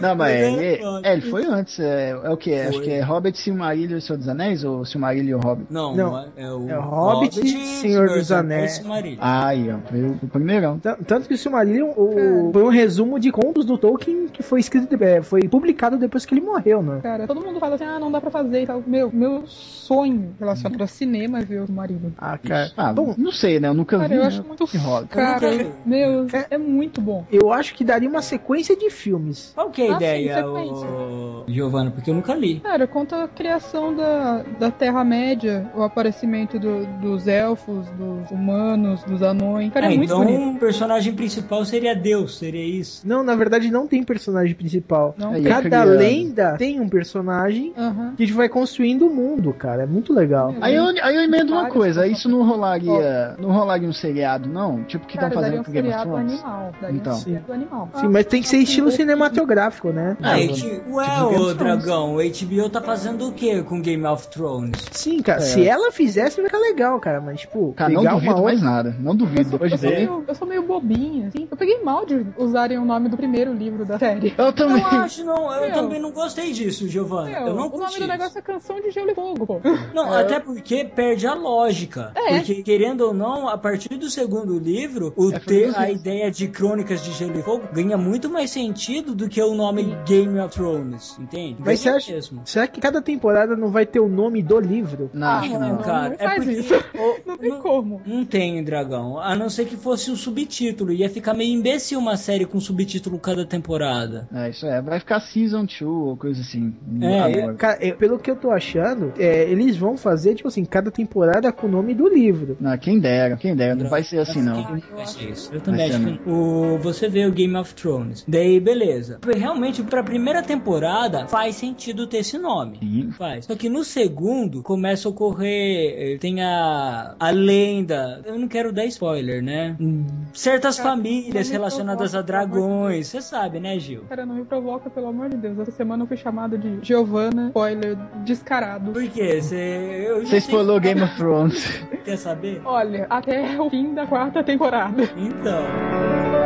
F: Não, mas
E: Ele
F: ele,
E: era antes.
F: é, ele foi antes. É, é o que? Acho
E: Foi.
F: que é Hobbit, Silmarillion e Senhor dos Anéis? Ou Silmarillion e Hobbit?
E: Não,
D: Não,
E: é o
D: é o Hobbit, Senhor dos Anéis.
E: e Silmarillion.
F: Ah, aí, ó. Foi o o primeirão.
D: Tan- Tanto que o Silmarillion
F: É.
D: o, foi um resumo de contos do Tolkien que foi escrito, é, foi publicado depois que ele morreu, né?
A: Cara, todo mundo fala assim, ah, não dá pra fazer e tal. Meu, meu sonho relacionado a cinema é ver o marido.
D: Ah, cara.
F: Ah,
D: Bom,
F: não sei, né? Eu nunca
A: Cara,
F: vi.
A: eu
F: né?
A: acho muito
F: Que rola.
A: Cara,
E: Eu nunca-
A: meu, é muito bom.
D: eu acho que daria uma sequência de filmes.
E: Qual que é a
A: Ah, sim,
E: ideia,
A: sequência.
E: o... Giovanna? Porque eu nunca li.
A: Cara, conta a criação da, da Terra-média, o aparecimento do- dos elfos, dos humanos, dos anões. Cara,
E: Ah,
A: é muito
E: então
A: bonito.
E: o personagem principal seria Deus, seria isso.
D: Não, na verdade não tem personagem principal.
A: Não,
F: Aí,
A: cara.
D: Cada
F: criando.
D: lenda tem um personagem
A: Aham.
D: que a gente vai construindo o mundo, cara. É muito legal.
A: Meu,
F: Aí eu, aí eu emendo uma
A: Vários
F: coisa,
A: são
F: isso não rolaria. Não rolaria um seriado, não? Tipo o que estão
A: Cara, daria
F: fazendo
A: um
F: com Game of
A: seriado
F: Thrones.
A: animal. Daria
F: Então.
A: um seriado animal.
D: Sim, mas tem que ser estilo cinematográfico, né?
F: Ah,
E: Ah,
F: eu-
E: H- Ué,
F: tipo Game
E: ô
F: of Thrones.
E: dragão, o HBO tá fazendo o que com Game of Thrones?
D: Sim, cara. Se ela fizesse, vai ficar legal, cara. Mas, tipo,
F: É. Cara, não
D: pegar
F: duvido
D: uma
F: mais nada. Não
A: Eu
F: duvido.
A: sou,
F: Depois
A: eu
F: de
A: sou
F: ver.
A: meio, eu sou meio bobinha, assim. Eu peguei mal de usarem o nome do primeiro livro da série.
F: Eu também.
E: Eu acho, não, eu
A: Meu.
E: também não gostei disso, Giovanna.
A: Meu,
E: eu não
A: o nome
E: curti.
A: do negócio é Canção de Gelo e Fogo, pô.
E: isso. Não, até porque perde a lógica.
A: É.
E: Porque, querendo ou não, a partir do segundo livro, o
F: É, foi
E: te-
F: isso.
E: a ideia de Crônicas de Gelo e Fogo ganha muito mais sentido do que o nome Game of Thrones, entende?
D: Mas
E: Ganha
D: você acha-
E: mesmo.
D: Será que cada temporada não vai ter o nome do livro?
F: Não, acho que
E: não,
F: não.
E: cara.
A: não
E: é
A: faz
E: porque
A: isso.
E: o-
A: Não tem
E: não-
A: como.
E: Não tem dragão, a não ser que fosse o subtítulo. Ia ficar meio imbecil uma série com subtítulo cada temporada.
F: É, isso é. Vai ficar Season 2 ou coisa assim.
E: É,
F: Agora.
D: Cara, eu- pelo que eu tô achando, é, eles vão fazer, tipo assim, cada temporada com o nome do livro.
F: Não, quem dera, quem dera. Não vai ser assim, não.
E: Vai ser isso. Eu também
F: Vai ser né?
E: acho que o, você vê o Game of Thrones. Daí, beleza. Realmente, pra primeira temporada, faz sentido ter esse nome.
F: Sim.
E: Faz. Só que no segundo começa a ocorrer. eh, Tem a, a lenda. Eu não quero dar spoiler, né? Hum, Certas
A: Cara, não
E: famílias
A: me
E: relacionadas a
A: provoca, pelo amor de
E: dragões. Você sabe, né, Gil?
A: Cara, não me provoca, pelo amor de Deus. Essa semana eu fui chamada de Giovanna, spoiler descarado.
E: Por quê? Você. eu já
F: Você
E: sei
F: spoilou
E: que-
F: Game of Thrones.
E: Quer saber?
A: Olha, até o fim da quarta temporada.
E: Então.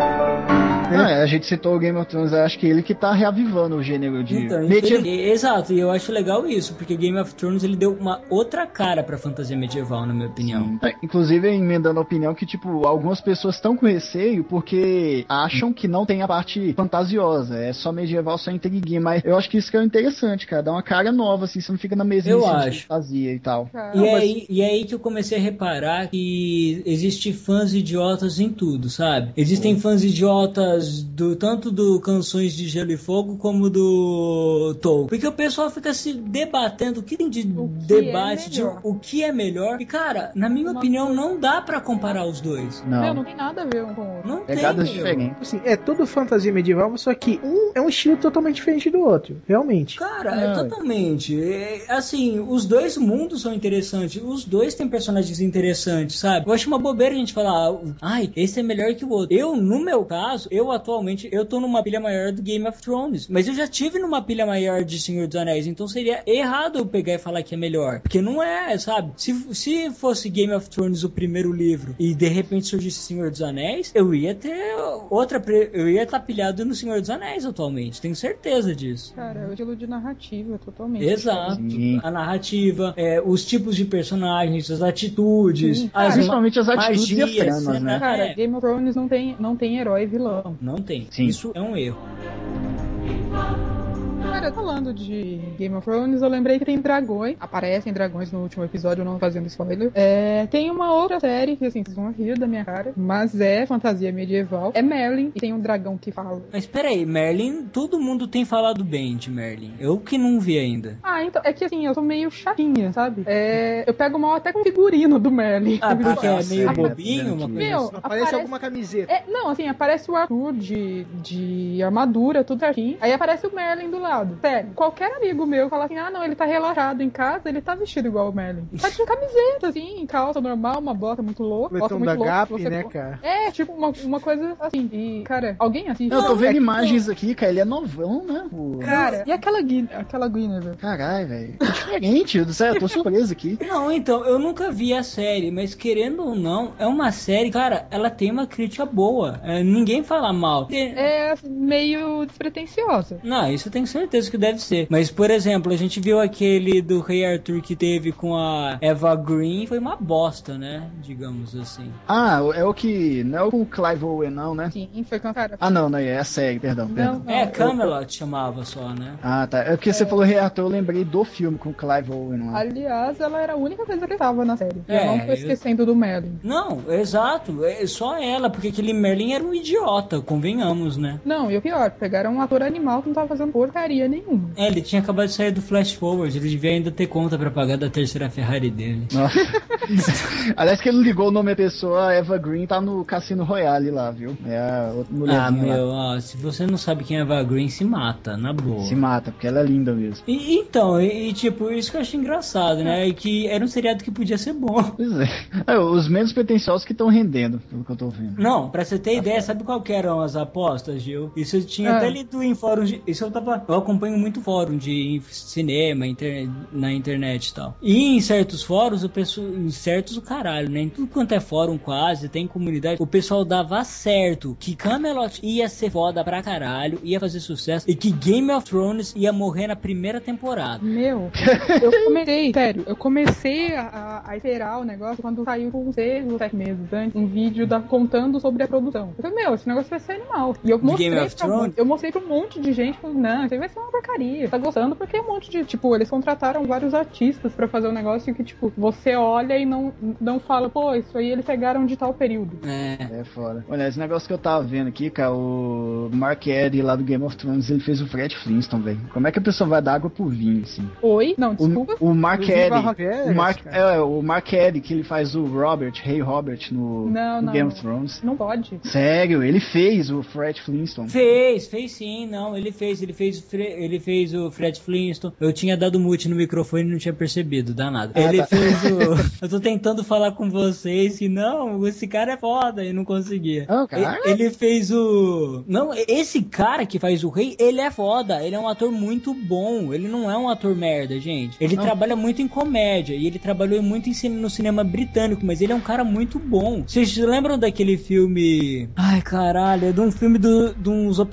F: Não, é, a gente citou o Game of Thrones, eu acho que ele que tá reavivando o gênero de.
E: Então,
F: Medieval.
E: infeliz- Exato, e eu acho legal isso, porque Game of Thrones ele deu uma outra cara pra fantasia medieval, na minha opinião.
F: É, Inclusive, emendando a opinião que, tipo, algumas pessoas estão com receio porque acham que não tem a parte fantasiosa, é só medieval, só intriguinha, mas eu acho que isso que é o interessante, cara, dá uma cara nova, assim, você não fica na mesmice
E: Eu
F: de
E: acho.
F: fantasia e tal.
A: Cara,
E: E, é aí, e aí que eu comecei a reparar que existe fãs idiotas em tudo, sabe? Existem fãs idiotas do tanto do Canções de Gelo e Fogo como do Tolkien. Porque o pessoal fica se debatendo, o que tem de
A: O que
E: debate
A: é
E: de
A: melhor?
E: o que é melhor. E cara, na minha
A: Uma
E: opinião não dá pra comparar os dois.
A: meu,
F: Não, é
A: não tem nada a ver um com o outro.
E: Não tem.
F: pegadas
E: meu.
F: diferentes.
D: Assim, é tudo fantasia medieval, só que um é um estilo totalmente diferente do outro, realmente.
E: Cara, é
F: Não.
E: totalmente. É, assim, os dois mundos são interessantes. Os dois têm personagens "Ah, interessantes, sabe? Eu acho uma bobeira a gente falar, ai, esse é melhor que o outro. Eu, no meu caso, eu eu atualmente, eu tô numa pilha maior do Game of Thrones, mas eu já tive numa pilha maior de Senhor dos Anéis, então seria errado eu pegar e falar que é melhor, porque não é, sabe? Se, se fosse Game of Thrones o primeiro livro e de repente surgisse Senhor dos Anéis, eu ia ter outra, pre- eu ia estar pilhado no Senhor dos Anéis atualmente, tenho certeza disso.
A: Cara, é o estilo de narrativa totalmente.
E: Exato,
F: Sim.
E: a narrativa, é, os tipos de personagens, as atitudes,
A: Sim.
E: as
F: Principalmente as atitudes e
E: magias,
F: as tramas,
E: né?
F: né?
A: Cara,
E: É.
A: Game of Thrones não tem, não tem herói e vilão.
E: Não tem.
F: Sim.
E: Isso é um erro.
A: Cara, falando de Game of Thrones, eu lembrei que tem dragões. Aparecem dragões no último episódio, não fazendo spoiler. É, tem uma outra série que, assim, vocês vão rir da minha cara, mas é fantasia medieval. É Merlin, e tem um dragão que fala.
E: Mas peraí, Merlin, todo mundo tem falado bem de Merlin. Eu que não vi ainda.
A: Ah, então, é que assim, eu sou meio chatinha, sabe? É, eu pego mal até com o figurino do Merlin. <laughs> tipo,
E: Ah,
A: Sabe?
E: porque é
F: Nossa,
E: meio
F: é
E: bobinho, uma
F: verdade.
E: coisa
A: Meu,
E: assim.
D: Aparece,
A: aparece
D: alguma camiseta.
A: É, não, assim, aparece o Arthur de, de armadura, tudo certinho. Aí aparece o Merlin do lado. Sério, qualquer amigo meu fala assim: ah, não, ele tá relaxado em casa, ele tá vestido igual o Merlin. Tá de camiseta, assim, calça normal, uma bota muito louca. Bota
D: Coletão
A: muito
D: da
A: louca,
D: GAP,
A: você-
D: né, cara?
A: É, tipo, uma, uma coisa assim. E, cara, alguém assiste?
F: Eu tô
A: Não, é
F: vendo
A: que-
F: imagens aqui, cara. Ele é novão, né? Pô.
A: Cara, e aquela, Gui- né, aquela Guinevere?
F: Caralho, velho. É Diferente, do céu, eu tô surpreso aqui.
E: Não, então, eu nunca vi a série, mas querendo ou não, é uma série, cara, ela tem uma crítica boa. É, ninguém fala mal. Tem-
A: É assim, meio despretensiosa.
E: Não, isso eu tenho certeza que deve ser. Mas, por exemplo, a gente viu aquele do Rei Arthur que teve com a Eva Green, foi uma bosta, né? Digamos assim.
F: Ah, é o que. Não é o com o Clive Owen, não, né?
A: Sim, foi com Assim, a cara.
F: Ah, não, não, é a série, perdão, perdão.
E: é,
A: eu-
E: Camelot chamava só, né?
F: Ah, tá. É porque você falou Rei Arthur, eu lembrei do filme com o Clive Owen lá.
A: Aliás, ela era a única coisa que tava na série.
E: É,
A: eu não tô
E: eu-
A: esquecendo do Merlin.
E: Não, exato. É só ela, porque aquele Merlin era um idiota, convenhamos, né?
A: Não, e o pior, pegaram um ator animal que não tava fazendo porcaria nenhuma.
E: É, ele tinha acabado de sair do Flash Forward, ele devia ainda ter conta pra pagar da terceira Ferrari dele. <laughs>
F: Nossa. Aliás, que ele ligou o nome da pessoa, a Eva Green tá no Cassino Royale lá, viu? É a outra mulher
E: Ah, meu, ó, se você não sabe quem é Eva Green, se mata, na boa.
F: Se mata, porque ela é linda mesmo.
E: E, então, e, e, tipo, isso que eu acho engraçado, né? É Que era um seriado que podia ser bom.
F: Pois é. É, Os menos pretensiosos que estão rendendo, pelo que eu tô vendo.
E: Não, pra você ter ideia, sabe qual que eram as apostas, Gil? Isso eu tinha
A: Ah.
E: até lido em fóruns de... Isso eu tava... Eu acompanho muito fórum de cinema, inter- na internet e tal. E em certos fóruns, o pessoal... Em certos o caralho, né? Em tudo quanto é fórum quase, tem comunidade. O pessoal dava certo que Camelot ia ser foda pra caralho, ia fazer sucesso. E que Game of Thrones ia morrer na primeira temporada.
A: Meu, eu comecei, <laughs> sério, eu comecei a- a, a esperar o negócio quando saiu com seis ou sete meses antes um vídeo da- contando sobre a produção. Eu falei, meu, esse negócio vai ser animal. E eu
E: Game
A: mostrei,
E: of
A: pra,
E: Thrones?
A: um- eu mostrei pra um monte de gente, falando, não, isso aí vai ser uma porcaria. Tá gostando porque é um monte de, tipo, eles contrataram vários artistas pra fazer um negócio que, tipo, você olha e não, não fala, pô, isso aí eles pegaram de tal período.
E: É.
F: É foda. Olha, esse negócio que eu tava vendo aqui, cara, o Mark Eddy lá do Game of Thrones, ele fez o Fred Flintstone, velho. Como é que a pessoa vai dar água pro vinho, assim?
A: Oi? Não, desculpa.
F: O, o Mark
D: Inclusive, a
F: Eddy.
D: Raquel,
F: O Mark,
D: cara.
F: é, o Mark Eddy, que ele faz o Robert, Rei Robert no,
A: Não,
F: no
A: não,
F: Game
A: não.
F: of Thrones.
A: Não pode.
F: Sério, ele fez o Fred Flintstone.
E: Fez, fez sim, não, ele fez, ele fez, o Fre- ele fez o Fred Flintstone. Eu tinha dado mute no microfone e não tinha percebido, danado.
F: Ah,
E: ele
F: tá.
E: fez o.
F: <laughs>
E: Eu tô tentando falar com vocês que não, esse cara é foda e não conseguia.
F: Ah, o cara?
E: E- Ele fez o. Não, esse cara que faz o rei, ele é foda. Ele é um ator muito bom. Ele não é um ator merda, gente. Ele
F: Não.
E: trabalha muito em comédia. E ele trabalhou muito em cine- no cinema britânico. Mas ele é um cara muito bom. Vocês lembram daquele filme. Ai, caralho. É de um filme do, de uns